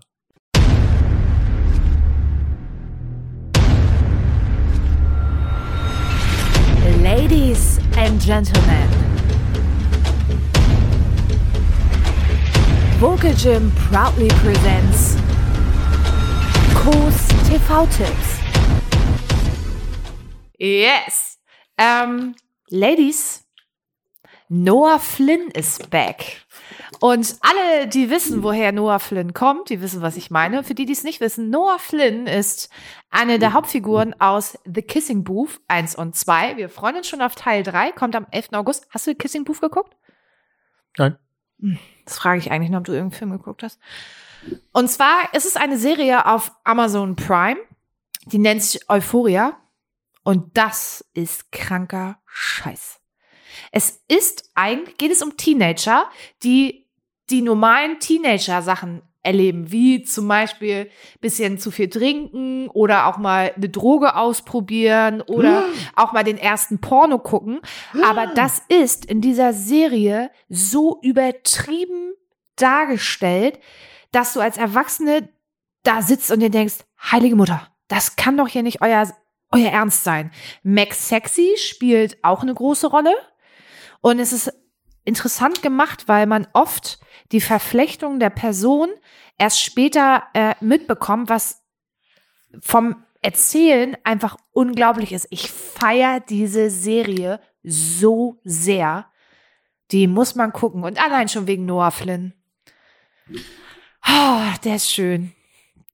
S1: Ladies and Gentlemen. Vocal Gym proudly presents Kurs TV-Tipps. Yes. Ähm, Ladies, Noah Flynn ist back. Und alle, die wissen, woher Noah Flynn kommt, die wissen, was ich meine. Für die, die es nicht wissen, Noah Flynn ist eine der Hauptfiguren aus The Kissing Booth 1 und 2. Wir freuen uns schon auf Teil 3, kommt am 11. August. Hast du The Kissing Booth geguckt?
S2: Nein.
S1: Hm, Das frage ich eigentlich nur, ob du irgendeinen Film geguckt hast. Und zwar ist es eine Serie auf Amazon Prime, die nennt sich Euphoria. Und das ist kranker Scheiß. Es ist eigentlich, geht es um Teenager, die die normalen Teenager-Sachen erleben, wie zum Beispiel bisschen zu viel trinken oder auch mal eine Droge ausprobieren oder auch mal den ersten Porno gucken. Aber das ist in dieser Serie so übertrieben dargestellt, dass du als Erwachsene da sitzt und dir denkst, heilige Mutter, das kann doch hier nicht euer, euer Ernst sein. Max Sexy spielt auch eine große Rolle. Und es ist interessant gemacht, weil man oft die Verflechtung der Person erst später äh, mitbekommt, was vom Erzählen einfach unglaublich ist. Ich feier diese Serie so sehr. Die muss man gucken. Und allein schon wegen Noah Flynn. Ah, der ist schön.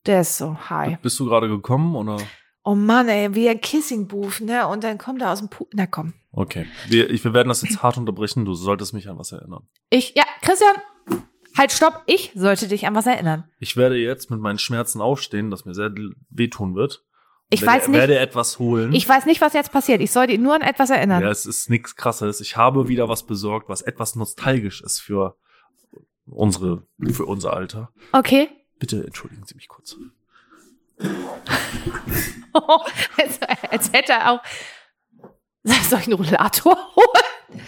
S1: Der ist so high.
S2: Bist du gerade gekommen oder?
S1: Oh Mann, ey, wie ein Kissing Booth, ne? Und dann kommt er aus dem Pu Na komm.
S2: Okay. Wir, ich, wir werden das jetzt hart unterbrechen. Du solltest mich an was erinnern.
S1: Ich, ja, Christian, halt, stopp. Ich sollte dich an was erinnern.
S2: Ich werde jetzt mit meinen Schmerzen aufstehen, das mir sehr l- wehtun wird.
S1: Ich
S2: werde,
S1: weiß nicht-
S2: werde etwas holen.
S1: Ich weiß nicht, was jetzt passiert. Ich sollte ihn nur an etwas erinnern.
S2: ja, es ist nichts krasses. Ich habe wieder was besorgt, was etwas nostalgisch ist für unsere, für unser Alter.
S1: Okay.
S2: Bitte entschuldigen Sie mich kurz.
S1: als, Also, als hätte er auch. Soll ich einen Rollator holen?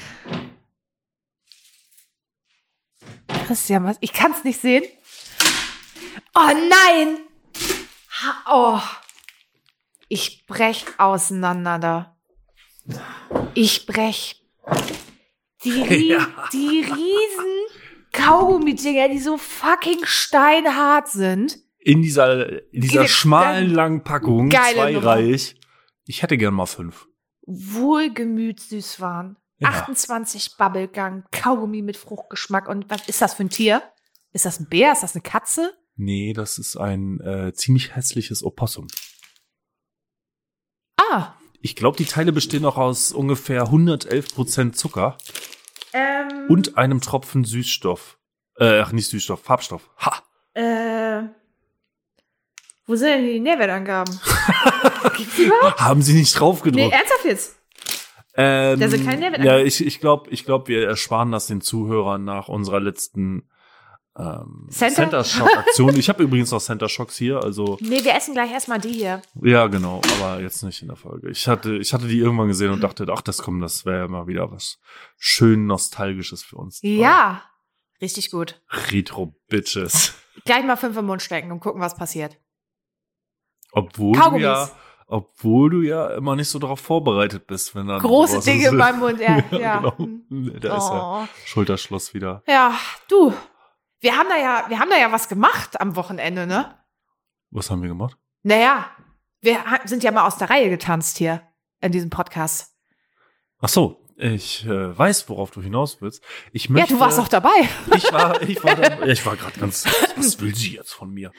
S1: Christian, was? Ich kann es nicht sehen. Oh nein! Ha- Oh. Ich brech auseinander da. Ich brech. Die, Rie
S2: Ja.
S1: die riesen Kaugummi-Dinger, die so fucking steinhart sind.
S2: In dieser, in dieser
S1: Diese-
S2: schmalen, langen Packung,
S1: Geile
S2: zweireich. Ich hätte gern mal fünf.
S1: wohlgemüt süß waren.
S2: Ja.
S1: 28 Bubblegang, Kaugummi mit Fruchtgeschmack. Und was ist das für ein Tier? Ist das ein Bär? Ist das eine Katze?
S2: Nee, das ist ein äh, ziemlich hässliches Opossum.
S1: Ah,
S2: Ich glaube, die Teile bestehen auch aus ungefähr 111% Zucker.
S1: ähm,
S2: und einem Tropfen Süßstoff. Äh, ach, nicht Süßstoff, Farbstoff. Ha!
S1: äh, wo sind denn die Nährwertangaben? Gibt's die überhaupt?
S2: Haben sie nicht
S1: Nee,
S2: draufgedruckt.
S1: ernsthaft jetzt?
S2: ähm,
S1: äh, da sind keine Nährwerte
S2: Ja,
S1: ange-
S2: ich, ich glaube, ich glaub, wir ersparen das den Zuhörern nach unserer letzten ähm,
S1: Center-
S2: Center Shock Aktion. ich habe übrigens noch Center Shocks hier, also
S1: Nee, wir essen gleich erstmal die hier.
S2: ja, genau, aber jetzt nicht in der Folge. Ich hatte, ich hatte die irgendwann gesehen und dachte, ach, das kommt, das wäre ja mal wieder was schön nostalgisches für uns.
S1: Ja, richtig gut.
S2: Retro Bitches.
S1: Gleich mal fünf im Mund stecken und gucken, was passiert.
S2: Obwohl du,
S1: Kaugummis.
S2: ja, obwohl du ja immer nicht so darauf vorbereitet bist, wenn dann.
S1: Große
S2: sowas
S1: Dinge
S2: ist.
S1: in meinem Mund, ja. ja, Hm.
S2: Genau. Da ist ja
S1: oh.
S2: Schulterschluss wieder.
S1: ja, du. Wir haben da ja, wir haben da ja was gemacht am Wochenende, ne?
S2: Was haben wir gemacht?
S1: Naja, wir ha- sind ja mal aus der Reihe getanzt hier in diesem Podcast.
S2: Ach so, ich äh, weiß, worauf du hinaus willst. Ich
S1: Ja,
S2: möchte,
S1: du warst doch dabei.
S2: Ich war, ich war, da- ich war gerade ganz. Was will sie jetzt von mir?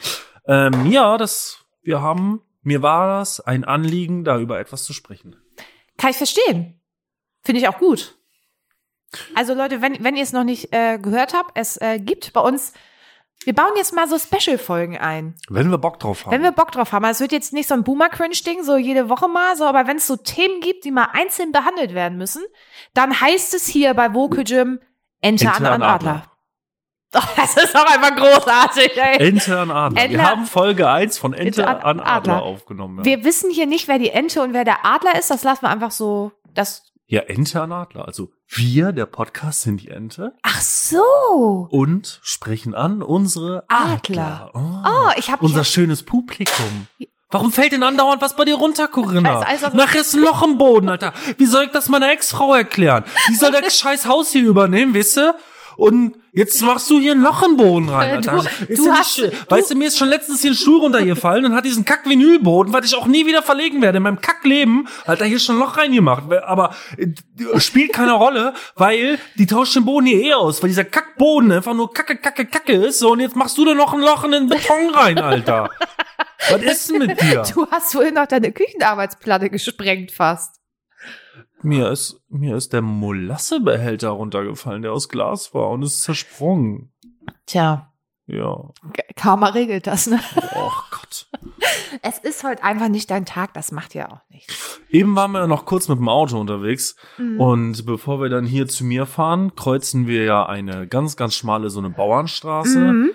S2: Ähm, ja, das. Wir haben. Mir war das ein Anliegen, da über etwas zu sprechen.
S1: Kann ich verstehen. Finde ich auch gut. Also Leute, wenn, wenn ihr es noch nicht äh, gehört habt, es äh, gibt bei uns, wir bauen jetzt mal so Special-Folgen ein.
S2: Wenn wir Bock drauf haben.
S1: Wenn wir Bock drauf haben. Also Es wird jetzt nicht so ein Boomer-Cringe-Ding, so jede Woche mal, so, aber wenn es so Themen gibt, die mal einzeln behandelt werden müssen, dann heißt es hier bei Vocal Gym Ente,
S2: Ente
S1: an,
S2: an
S1: an Adler. Oh, das ist doch einfach großartig, ey.
S2: Ente an Adler. wir
S1: Ente-
S2: haben Folge 1 von Ente,
S1: Ente
S2: an
S1: an
S2: Adler,
S1: Adler.
S2: aufgenommen. Ja.
S1: Wir wissen hier nicht, wer die Ente und wer der Adler ist. Das lassen wir einfach so. Das.
S2: ja, Ente an Adler. Also wir, der Podcast, sind die Ente
S1: Ach so.
S2: und sprechen an unsere Adler.
S1: Adler. Oh, ich habe
S2: Unser schönes Publikum. Warum fällt denn andauernd was bei dir runter, Corinna?
S1: Als- als- als-
S2: Nachher ist ein Loch im Boden, Alter. Wie soll ich das meiner Ex-Frau erklären? Die soll das scheiß Haus hier übernehmen, weißt du? Und jetzt machst du hier ein Loch im Boden rein,
S1: Äh, du-
S2: Alter. ist
S1: du
S2: ja nicht
S1: hast-
S2: schön. weißt du, mir ist schon letztens hier ein Stuhl runtergefallen und hat diesen Kack-Vinylboden, was ich auch nie wieder verlegen werde. In meinem Kackleben hat er hier schon ein Loch reingemacht. Aber äh, spielt keine Rolle, weil die tauschen den Boden hier eh aus, weil dieser Kackboden einfach nur Kacke, Kacke, Kacke ist. So, und jetzt machst du da noch ein Loch in den Beton rein, Alter. was ist denn mit dir?
S1: Du hast vorhin noch deine Küchenarbeitsplatte gesprengt fast.
S2: Mir ist, mir ist der Molassebehälter runtergefallen, der aus Glas war und ist zersprungen.
S1: Tja,
S2: Ja.
S1: K- Karma regelt das, ne?
S2: Och Gott.
S1: Es ist heute einfach nicht dein Tag, das macht ja auch nichts.
S2: Eben waren wir ja noch kurz mit dem Auto unterwegs
S1: Mhm.
S2: und bevor wir dann hier zu mir fahren, kreuzen wir ja eine ganz, ganz schmale so eine Bauernstraße.
S1: Mhm.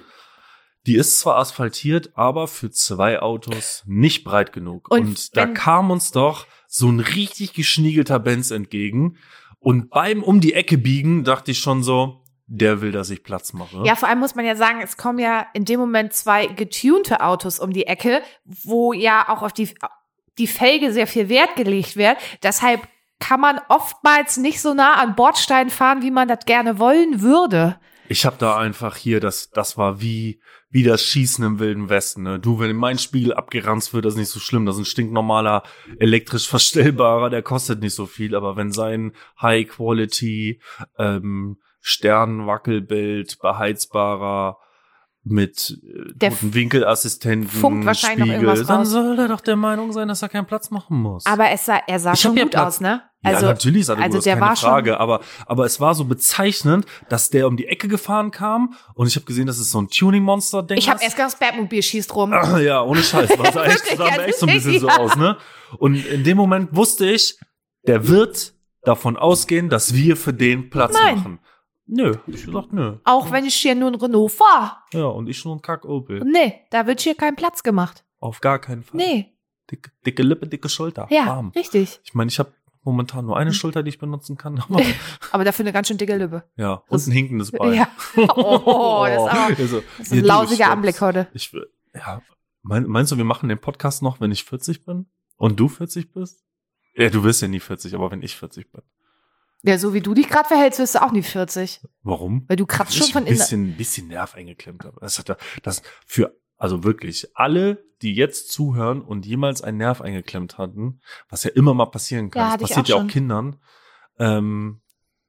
S2: Die ist zwar asphaltiert, aber für zwei Autos nicht breit genug. Und,
S1: Und
S2: da
S1: wenn-
S2: kam uns doch so ein richtig geschniegelter Benz entgegen und beim um die Ecke biegen dachte ich schon so, der will, dass ich Platz mache.
S1: Ja, vor allem muss man ja sagen, es kommen ja in dem Moment zwei getunte Autos um die Ecke, wo ja auch auf die, die Felge sehr viel Wert gelegt wird. Deshalb kann man oftmals nicht so nah an Bordstein fahren, wie man das gerne wollen würde.
S2: Ich habe da einfach hier, das, das war wie, wie das Schießen im Wilden Westen. Ne? Du, wenn mein Spiegel abgeranzt wird, das ist nicht so schlimm. Das ist ein stinknormaler, elektrisch verstellbarer, der kostet nicht so viel. Aber wenn sein High-Quality, ähm, Sternwackelbild, beheizbarer, mit äh,
S1: Der
S2: guten Winkelassistenten,
S1: funkt wahrscheinlich noch
S2: Spiegel,
S1: irgendwas
S2: dann
S1: raus.
S2: soll er doch der Meinung sein, dass er keinen Platz machen muss.
S1: Aber es sah, er sah
S2: Ich
S1: schon
S2: hab ja
S1: gut
S2: Platz.
S1: aus, ne?
S2: Also,
S1: Also,
S2: ja, natürlich sah der
S1: also
S2: gut aus,
S1: der
S2: keine
S1: war schon-
S2: Frage, aber, aber es war so bezeichnend, dass der um die Ecke gefahren kam und ich habe gesehen, dass es so ein Tuning-Monster-Ding
S1: ich habe
S2: ist.
S1: erst gedacht, das Batmobil schießt rum.
S2: Ja, ohne Scheiß, das sah echt,
S1: Wirklich,
S2: sah mir
S1: also
S2: echt so ein bisschen so
S1: ja.
S2: aus, ne? Und in dem Moment wusste ich, der wird davon ausgehen, dass wir für den Platz
S1: Nein.
S2: machen. Nö, hab ich gesagt, nö.
S1: Auch wenn ich hier nur ein Renault fahre.
S2: Ja, und ich schon ein Kack-Opel.
S1: Nee, da wird hier kein Platz gemacht.
S2: Auf gar keinen Fall.
S1: Nee,
S2: Dicke, dicke Lippe, dicke Schulter.
S1: ja,
S2: Bam.
S1: richtig.
S2: Ich meine, ich habe momentan nur eine Schulter, die ich benutzen kann, aber
S1: Aber dafür eine ganz schön dicke Lippe.
S2: ja, und
S1: Das-
S2: ein hinkendes Bein.
S1: Ja. Oh, das ist aber-
S2: Also,
S1: Das ist
S2: hier,
S1: ein
S2: du,
S1: lausiger
S2: stopp.
S1: Anblick heute.
S2: Ich will, ja, mein, meinst du, wir machen den Podcast noch, wenn ich 40 bin? Und du 40 bist? Ja, du wirst ja nie 40, aber wenn ich 40 bin.
S1: Ja, so wie du dich gerade verhältst, wirst du auch nie 40.
S2: Warum?
S1: Weil du kratzt schon
S2: ich
S1: von
S2: ein
S1: innen.
S2: bisschen, bisschen Nerv eingeklemmt habe. Das, hat, ja- das für, also wirklich, alle, die jetzt zuhören und jemals einen Nerv eingeklemmt hatten, was ja immer mal passieren kann,
S1: Ja,
S2: das
S1: hatte ich
S2: passiert
S1: auch
S2: ja auch
S1: schon.
S2: Kindern, ähm,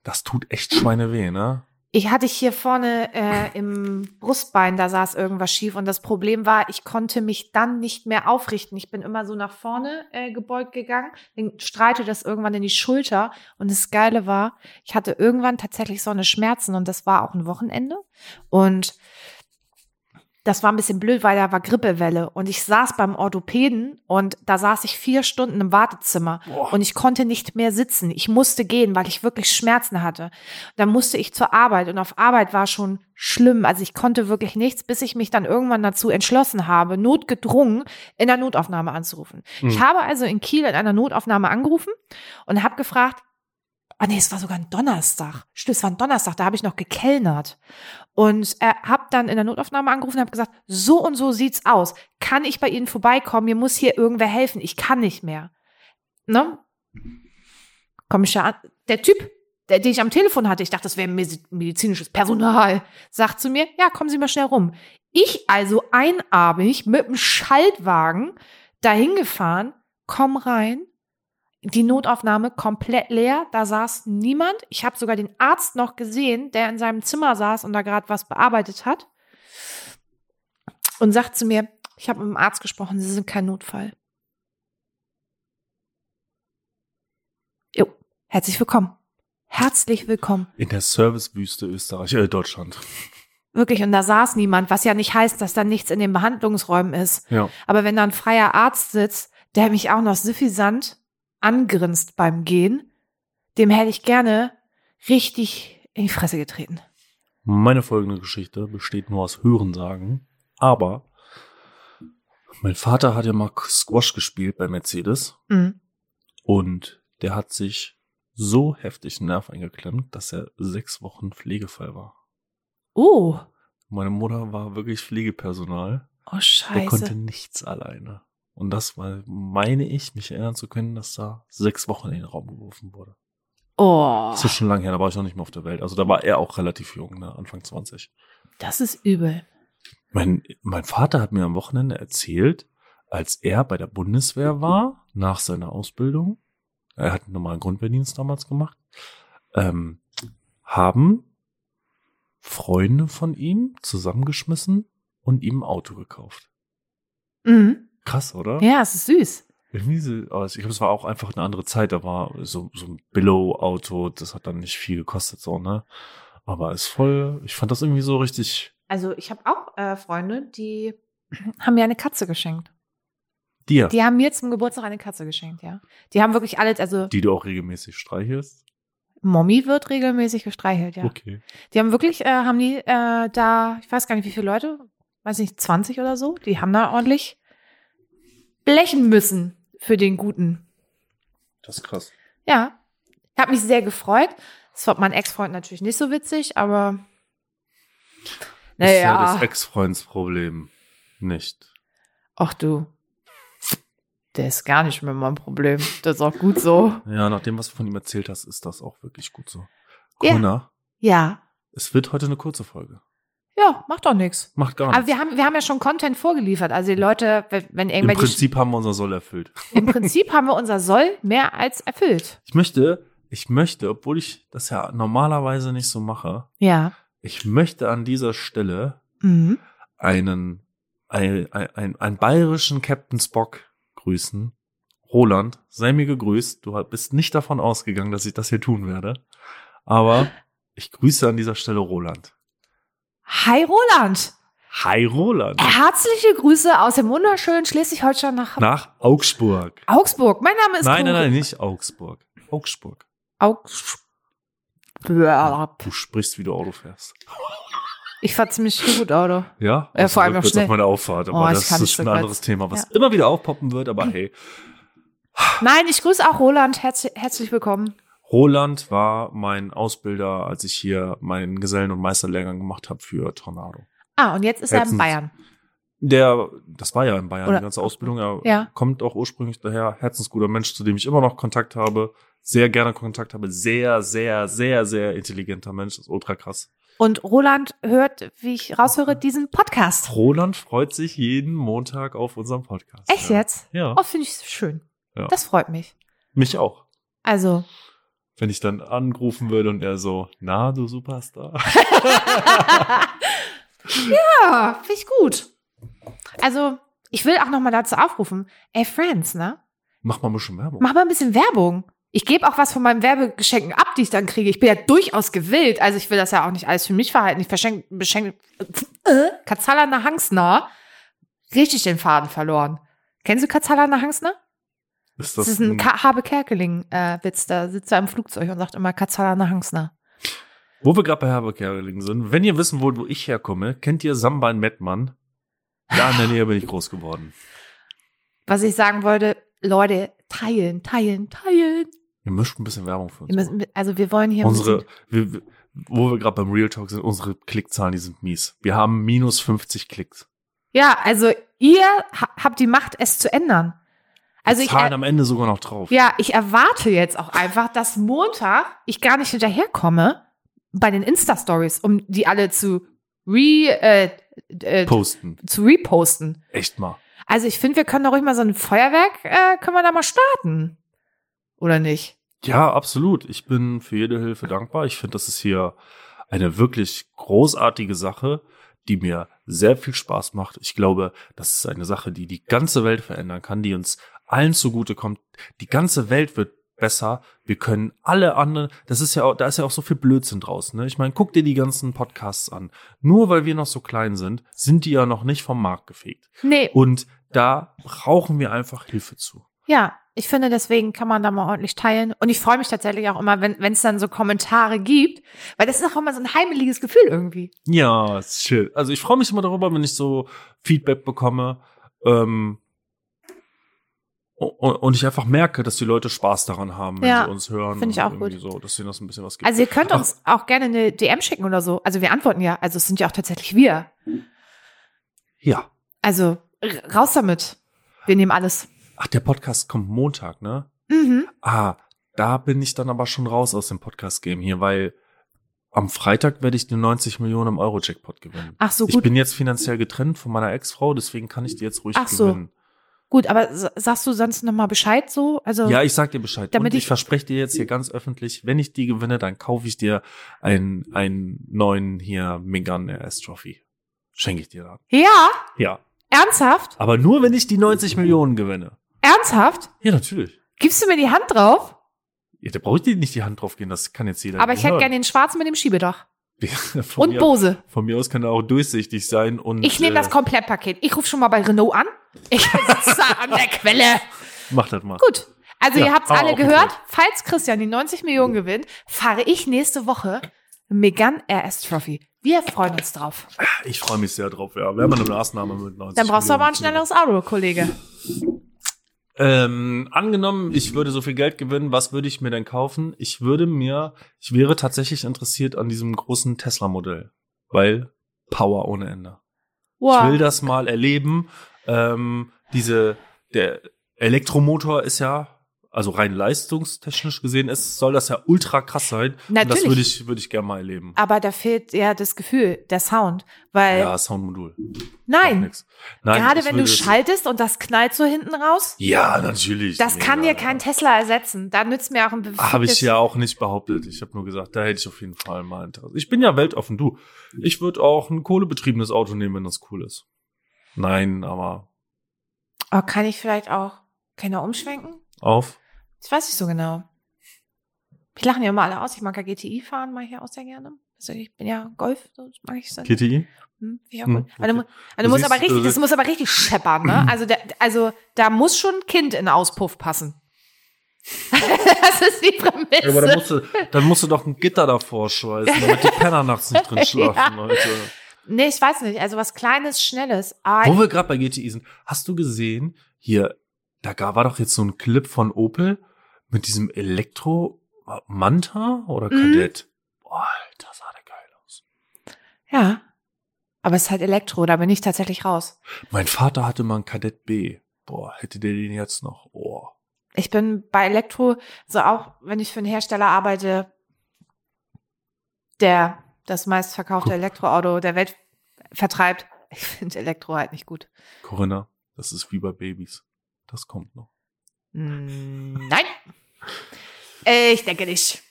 S2: das tut echt Schweineweh, ne?
S1: Ich hatte hier vorne äh, im Brustbein, da saß irgendwas schief und das Problem war, ich konnte mich dann nicht mehr aufrichten. Ich bin immer so nach vorne äh, gebeugt gegangen, dann streite das irgendwann in die Schulter und das Geile war, ich hatte irgendwann tatsächlich so eine Schmerzen und das war auch ein Wochenende und das war ein bisschen blöd, weil da war Grippewelle und ich saß beim Orthopäden und da saß ich vier Stunden im Wartezimmer
S2: Boah.
S1: und ich konnte nicht mehr sitzen. Ich musste gehen, weil ich wirklich Schmerzen hatte. Dann musste ich zur Arbeit und auf Arbeit war schon schlimm. Also ich konnte wirklich nichts, bis ich mich dann irgendwann dazu entschlossen habe, notgedrungen in der Notaufnahme anzurufen.
S2: Mhm.
S1: Ich habe also in Kiel in einer Notaufnahme angerufen und habe gefragt, Ah nee, es war sogar ein Donnerstag. Stimmt, es war ein Donnerstag, da habe ich noch gekellnert. Und äh, habe dann in der Notaufnahme angerufen und habe gesagt, so und so sieht's aus. Kann ich bei Ihnen vorbeikommen? Mir muss hier irgendwer helfen. Ich kann nicht mehr. Ne? Komm ich ja an. Der Typ, der, den ich am Telefon hatte, ich dachte, das wäre Medi- medizinisches Personal, sagt zu mir, ja, kommen Sie mal schnell rum. Ich also einarmig mit dem Schaltwagen dahin gefahren, komm rein, die Notaufnahme komplett leer, da saß niemand. Ich habe sogar den Arzt noch gesehen, der in seinem Zimmer saß und da gerade was bearbeitet hat und sagt zu mir, ich habe mit dem Arzt gesprochen, Sie sind kein Notfall. Jo, herzlich willkommen. Herzlich willkommen.
S2: In der Servicewüste Österreich, äh, Deutschland.
S1: Wirklich, und da saß niemand, was ja nicht heißt, dass da nichts in den Behandlungsräumen ist.
S2: Ja.
S1: Aber wenn da ein freier Arzt sitzt, der mich auch noch süffisant angrinst beim Gehen, dem hätte ich gerne richtig in die Fresse getreten.
S2: Meine folgende Geschichte besteht nur aus Hörensagen, aber mein Vater hat ja mal Squash gespielt bei Mercedes
S1: Mhm.
S2: und der hat sich so heftig einen Nerv eingeklemmt, dass er sechs Wochen Pflegefall war.
S1: Oh,
S2: Meine Mutter war wirklich Pflegepersonal.
S1: oh
S2: Der konnte
S1: Scheiße.
S2: nichts alleine. Und das war, meine ich, mich erinnern zu können, dass da sechs Wochen in den Raum geworfen wurde.
S1: Oh,
S2: Das ist schon lange her, da war ich noch nicht mehr auf der Welt. Also da war er auch relativ jung, ne? Anfang 20.
S1: das ist übel.
S2: Mein, mein Vater hat mir am Wochenende erzählt, als er bei der Bundeswehr war, nach seiner Ausbildung, er hat einen normalen Grundwehrdienst damals gemacht, ähm, haben Freunde von ihm zusammengeschmissen und ihm ein Auto gekauft.
S1: Mhm.
S2: Krass, oder?
S1: Ja, es ist süß.
S2: Irgendwie so, aber ich glaube, es war auch einfach eine andere Zeit. Da war so, so ein Billow-Auto, das hat dann nicht viel gekostet, so, ne? Aber ist voll, ich fand das irgendwie so richtig,
S1: Also ich habe auch äh, Freunde, die haben mir eine Katze geschenkt.
S2: dir,
S1: Die haben mir zum Geburtstag eine Katze geschenkt, ja. Die haben wirklich alle, also
S2: die du auch regelmäßig streichelst.
S1: Mommy wird regelmäßig gestreichelt, ja.
S2: Okay.
S1: Die haben wirklich, äh, haben die äh, da, ich weiß gar nicht, wie viele Leute, weiß nicht, 20 oder so, die haben da ordentlich blechen müssen für den Guten.
S2: Das ist krass.
S1: Ja, hat mich sehr gefreut. Das fand mein Ex-Freund natürlich nicht so witzig, aber
S2: Naja. Ist ja
S1: naja,
S2: das Ex-Freundsproblem nicht.
S1: ach du, der ist gar nicht mehr mein Problem. Das ist auch gut so.
S2: Ja, nach dem, was du von ihm erzählt hast, ist das auch wirklich gut so.
S1: Ja.
S2: Corona,
S1: Ja,
S2: es wird heute eine kurze Folge.
S1: ja, macht doch nichts.
S2: Macht gar
S1: Aber
S2: nichts.
S1: wir haben, wir haben ja schon Content vorgeliefert. Also die Leute, wenn- wenn
S2: Im
S1: irgendwelche
S2: Prinzip haben wir unser Soll erfüllt.
S1: Im Prinzip haben wir unser Soll mehr als erfüllt.
S2: Ich möchte, ich möchte, obwohl ich das ja normalerweise nicht so mache,
S1: Ja.
S2: ich möchte an dieser Stelle
S1: Mhm.
S2: einen, ein, ein, ein, einen bayerischen Captain Spock grüßen. Roland, sei mir gegrüßt. Du bist nicht davon ausgegangen, dass ich das hier tun werde. Aber ich grüße an dieser Stelle Roland.
S1: Hi Roland.
S2: Hi Roland.
S1: Ah. Herzliche Grüße aus dem wunderschönen Schleswig-Holstein nach
S2: Nach Augsburg.
S1: Augsburg. Mein Name ist
S2: Nein, nein,
S1: Kuro-
S2: nein, nicht Augsburg. Augsburg.
S1: Augsburg.
S2: Du sprichst, wie du Auto fährst.
S1: Ich fahr ziemlich gut Auto.
S2: Ja?
S1: Ja, vor allem
S2: rückwärts
S1: auch schnell.
S2: auf meine Auffahrt, aber
S1: Oh, ich
S2: das
S1: kann
S2: ist
S1: nicht
S2: ein
S1: rückwärts.
S2: anderes Thema, was immer wieder aufpoppen wird, aber hey.
S1: Nein, ich grüße auch Roland. Herz herzlich willkommen.
S2: Roland war mein Ausbilder, als ich hier meinen Gesellen- und Meisterlehrgang gemacht habe für Tornado.
S1: Ah, und jetzt ist er in
S2: Herzens-
S1: Bayern.
S2: Der, das war ja in Bayern,
S1: Oder-
S2: die ganze Ausbildung. Er
S1: Ja.
S2: kommt auch ursprünglich daher. Herzensguter Mensch, zu dem ich immer noch Kontakt habe. Sehr gerne Kontakt habe. Sehr, sehr, sehr, sehr intelligenter Mensch. Das ist ultra krass.
S1: Und Roland hört, wie ich raushöre, diesen Podcast.
S2: Roland freut sich jeden Montag auf unserem Podcast.
S1: Echt
S2: ja.
S1: jetzt?
S2: Ja,
S1: Oh, finde ich schön.
S2: Ja.
S1: Das freut mich.
S2: mich auch.
S1: Also,
S2: Wenn ich dann anrufen würde und er so, na, du Superstar.
S1: ja, finde ich gut. Also, ich will auch noch mal dazu aufrufen. Ey, Friends, ne?
S2: Mach mal ein bisschen Werbung.
S1: Mach mal ein bisschen Werbung. Ich gebe auch was von meinen Werbegeschenken ab, die ich dann kriege. Ich bin ja durchaus gewillt. Also ich will das ja auch nicht alles für mich verhalten. Ich verschenke, beschenke, äh, Katzalana Hangsner. Richtig den Faden verloren. Kennst du Katzalana Hangsner?
S2: Ist
S1: Das, ist ein Ka Habe Kerkeling-Witz. da sitzt er im Flugzeug und sagt immer Katzalana Hangsner.
S2: Wo wir gerade bei Herbert Kerkeling sind, wenn ihr wissen wollt, wo ich herkomme, kennt ihr Samban Mettmann? Da in der Nähe bin ich groß geworden.
S1: Was ich sagen wollte, Leute, teilen, teilen, teilen.
S2: Ihr mischt ein bisschen Werbung für uns.
S1: Wir müssen, also wir wollen hier ein
S2: unsere,
S1: bisschen-
S2: wir, wir- wo wir gerade beim Real Talk sind, unsere Klickzahlen, die sind mies. Wir haben minus 50 Klicks.
S1: Ja, also ihr ha habt die Macht, es zu ändern. Also
S2: wir
S1: ich,
S2: zahlen
S1: er
S2: am Ende sogar noch drauf.
S1: ja, ich erwarte jetzt auch einfach, dass Montag ich gar nicht hinterherkomme bei den Insta-Stories, um die alle zu re, äh, äh,
S2: Posten.
S1: zu reposten.
S2: Echt mal.
S1: Also ich finde, wir können doch ruhig mal so ein Feuerwerk, äh, können wir da mal starten. Oder nicht?
S2: Ja, absolut. Ich bin für jede Hilfe dankbar. Ich finde, das ist hier eine wirklich großartige Sache, die mir sehr viel Spaß macht. Ich glaube, das ist eine Sache, die die ganze Welt verändern kann, die uns allen zugutekommt. Die ganze Welt wird besser. Wir können alle anderen, das ist ja auch, da ist ja auch so viel Blödsinn draußen. Ne? Ich meine, guck dir die ganzen Podcasts an. Nur weil wir noch so klein sind, sind die ja noch nicht vom Markt gefegt.
S1: Nee,
S2: Und da brauchen wir einfach Hilfe zu.
S1: Ja, ich finde, deswegen kann man da mal ordentlich teilen. Und ich freue mich tatsächlich auch immer, wenn wenn es dann so Kommentare gibt, weil das ist auch immer so ein heimeliges Gefühl irgendwie.
S2: Ja, ist schön. Also ich freue mich immer darüber, wenn ich so Feedback bekomme ähm, und, und ich einfach merke, dass die Leute Spaß daran haben, wenn
S1: Ja,
S2: sie uns hören.
S1: find ich
S2: und
S1: auch
S2: irgendwie
S1: gut.
S2: So, dass ihnen das ein bisschen was gibt.
S1: Also ihr könnt uns auch gerne eine DM schicken oder so. Also wir antworten ja. Also es sind ja auch tatsächlich wir.
S2: ja.
S1: Also r- raus damit. Wir nehmen alles.
S2: Ach, der Podcast kommt Montag, ne?
S1: Mhm.
S2: Ah, da bin ich dann aber schon raus aus dem Podcast-Game hier, weil am Freitag werde ich den 90 Millionen im Euro-Jackpot gewinnen.
S1: Ach so,
S2: ich
S1: gut.
S2: bin jetzt finanziell getrennt von meiner Ex-Frau, deswegen kann ich die jetzt ruhig
S1: Ach so.
S2: gewinnen.
S1: Gut, aber sa- sagst du sonst nochmal Bescheid so? Also
S2: Ja, ich sag dir Bescheid.
S1: Damit
S2: und ich,
S1: ich-
S2: verspreche dir jetzt hier ganz öffentlich, wenn ich die gewinne, dann kaufe ich dir einen, einen neuen hier Megan RS Trophy. Schenke ich dir dann.
S1: ja
S2: Ja.
S1: ernsthaft?
S2: Aber nur, wenn ich die 90 Millionen gewinne.
S1: Ernsthaft?
S2: Ja, natürlich.
S1: Gibst du mir die Hand drauf?
S2: Ja, da brauche ich dir nicht die Hand drauf gehen, das kann jetzt jeder
S1: Aber ich hätte
S2: hören.
S1: gerne den schwarzen mit dem Schiebedach.
S2: genau. von,
S1: Und
S2: mir,
S1: Bose.
S2: von mir aus kann er auch durchsichtig sein und äh,
S1: Ich nehme das Komplettpaket. Ich rufe schon mal bei Renault an. Ich sitze da an der Quelle.
S2: mach das mal.
S1: Gut. Also
S2: Ja, ah,
S1: ihr habt's
S2: aber
S1: alle
S2: auch ein
S1: gehört.
S2: Fall.
S1: Falls Christian die 90 Millionen gewinnt, fahre ich nächste Woche Megan RS Trophy. Wir freuen uns drauf.
S2: Ich freue mich sehr drauf. Ja, wir haben eine Maßnahme mit 90
S1: Dann brauchst du aber ein
S2: Millionen.
S1: schnelleres Auto, Kollege.
S2: Ähm, angenommen, ich würde so viel Geld gewinnen, was würde ich mir denn kaufen? Ich würde mir, ich wäre tatsächlich interessiert an diesem großen Tesla-Modell, weil Power ohne Ende. Ich will
S1: Wow.
S2: das mal erleben. Ähm, diese, der Elektromotor ist ja, also rein leistungstechnisch gesehen, ist, soll das ja ultra krass sein. Und das
S1: Natürlich.
S2: würde ich, würde ich gerne mal erleben.
S1: Aber da fehlt ja das Gefühl, der Sound. Weil,
S2: Ja, Soundmodul. Macht
S1: nein,
S2: nix. Nein,
S1: gerade
S2: ich
S1: wenn du
S2: würde-
S1: schaltest und das knallt so hinten raus,
S2: Ja, natürlich.
S1: das kann
S2: Mega.
S1: dir kein Tesla ersetzen. Da nützt mir auch ein
S2: Habe ich
S1: befugtes-
S2: ja auch nicht behauptet. Ich habe nur gesagt, da hätte ich auf jeden Fall mal Interesse. Ich bin ja weltoffen, du. Ich würde auch ein kohlebetriebenes Auto nehmen, wenn das cool ist. Nein, aber
S1: Oh, kann ich vielleicht auch keiner umschwenken?
S2: auf.
S1: Ich weiß nicht so genau. Ich lachen ja immer alle aus. Ich mag ja GTI fahren, mache ich ja auch sehr gerne. Also ich bin ja Golf, so das mag ich sehr. gerne.
S2: GTI?
S1: Hm, finde ich auch
S2: Hm,
S1: gut. Aber du, mu-
S2: okay.
S1: aber du
S2: Du
S1: musst
S2: siehst,
S1: aber richtig,
S2: also-
S1: das muss aber richtig scheppern, ne? Also da, also da muss schon ein Kind in den Auspuff passen. das ist die Prämisse.
S2: Ja, aber dann musst, du, dann musst du doch ein Gitter davor schweißen, damit die Penner nachts nicht drin schlafen,
S1: Ja.
S2: Leute.
S1: nee, ich weiß nicht. Also was Kleines, Schnelles. Ah,
S2: Wo wir gerade bei GTI sind, hast du gesehen, hier, da ga- war doch jetzt so ein Clip von Opel mit diesem Elektro Manta oder
S1: Mhm.
S2: Kadett? Boah, Alter, sah der geil aus.
S1: ja. Aber es ist halt Elektro, da bin ich tatsächlich raus.
S2: Mein Vater hatte mal einen Kadett B. Boah, hätte der den jetzt noch? Oh.
S1: Ich bin bei Elektro, so auch wenn ich für einen Hersteller arbeite, der das meistverkaufte
S2: Guck.
S1: Elektroauto der Welt vertreibt. Ich finde Elektro halt nicht gut.
S2: Corinna, das ist wie bei Babys. Das kommt noch.
S1: Mm, Nein. Äh, Ich denke nicht.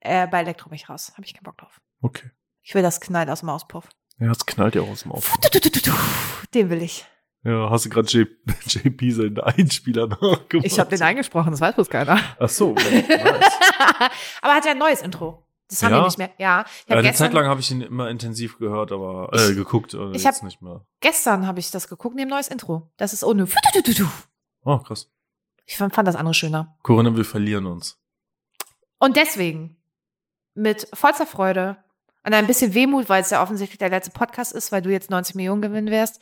S1: Äh, bei Elektro bin ich raus. Habe ich keinen Bock drauf.
S2: Okay.
S1: Ich will das Knallen aus dem Auspuff.
S2: Ja, das knallt ja auch aus dem Auto.
S1: Tu, tu, tu, tu, tu. Den will ich.
S2: Ja, hast du gerade JP seinen Einspieler nachgemacht?
S1: Ich habe den eingesprochen, das weiß bloß keiner.
S2: Ach so. ja, Nice.
S1: Aber hat ja ein neues Intro. Das haben
S2: Ja?
S1: wir nicht mehr. Ja. Ich habe
S2: Eine
S1: gestern,
S2: Zeit lang habe ich ihn immer intensiv gehört, aber äh,
S1: Ich-
S2: geguckt, aber
S1: ich
S2: jetzt
S1: hab-
S2: nicht mehr.
S1: gestern habe ich das geguckt, neben neues Intro. Das ist ohne. Tu, tu, tu, tu.
S2: Oh, krass.
S1: Ich fand, fand das andere schöner.
S2: Corinna, wir verlieren uns.
S1: Und deswegen, mit vollster Freude und ein bisschen Wehmut, weil es ja offensichtlich der letzte Podcast ist, weil du jetzt 90 Millionen gewinnen wirst,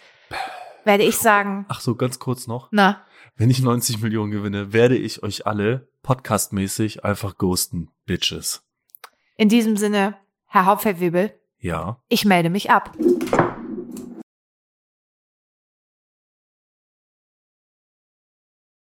S1: werde ich sagen,
S2: Ach so, ganz kurz noch.
S1: na,
S2: Wenn ich 90 Millionen gewinne, werde ich euch alle podcastmäßig einfach ghosten, Bitches.
S1: In diesem Sinne, Herr Hauptfeldwebel,
S2: Ja.
S1: ich melde mich ab.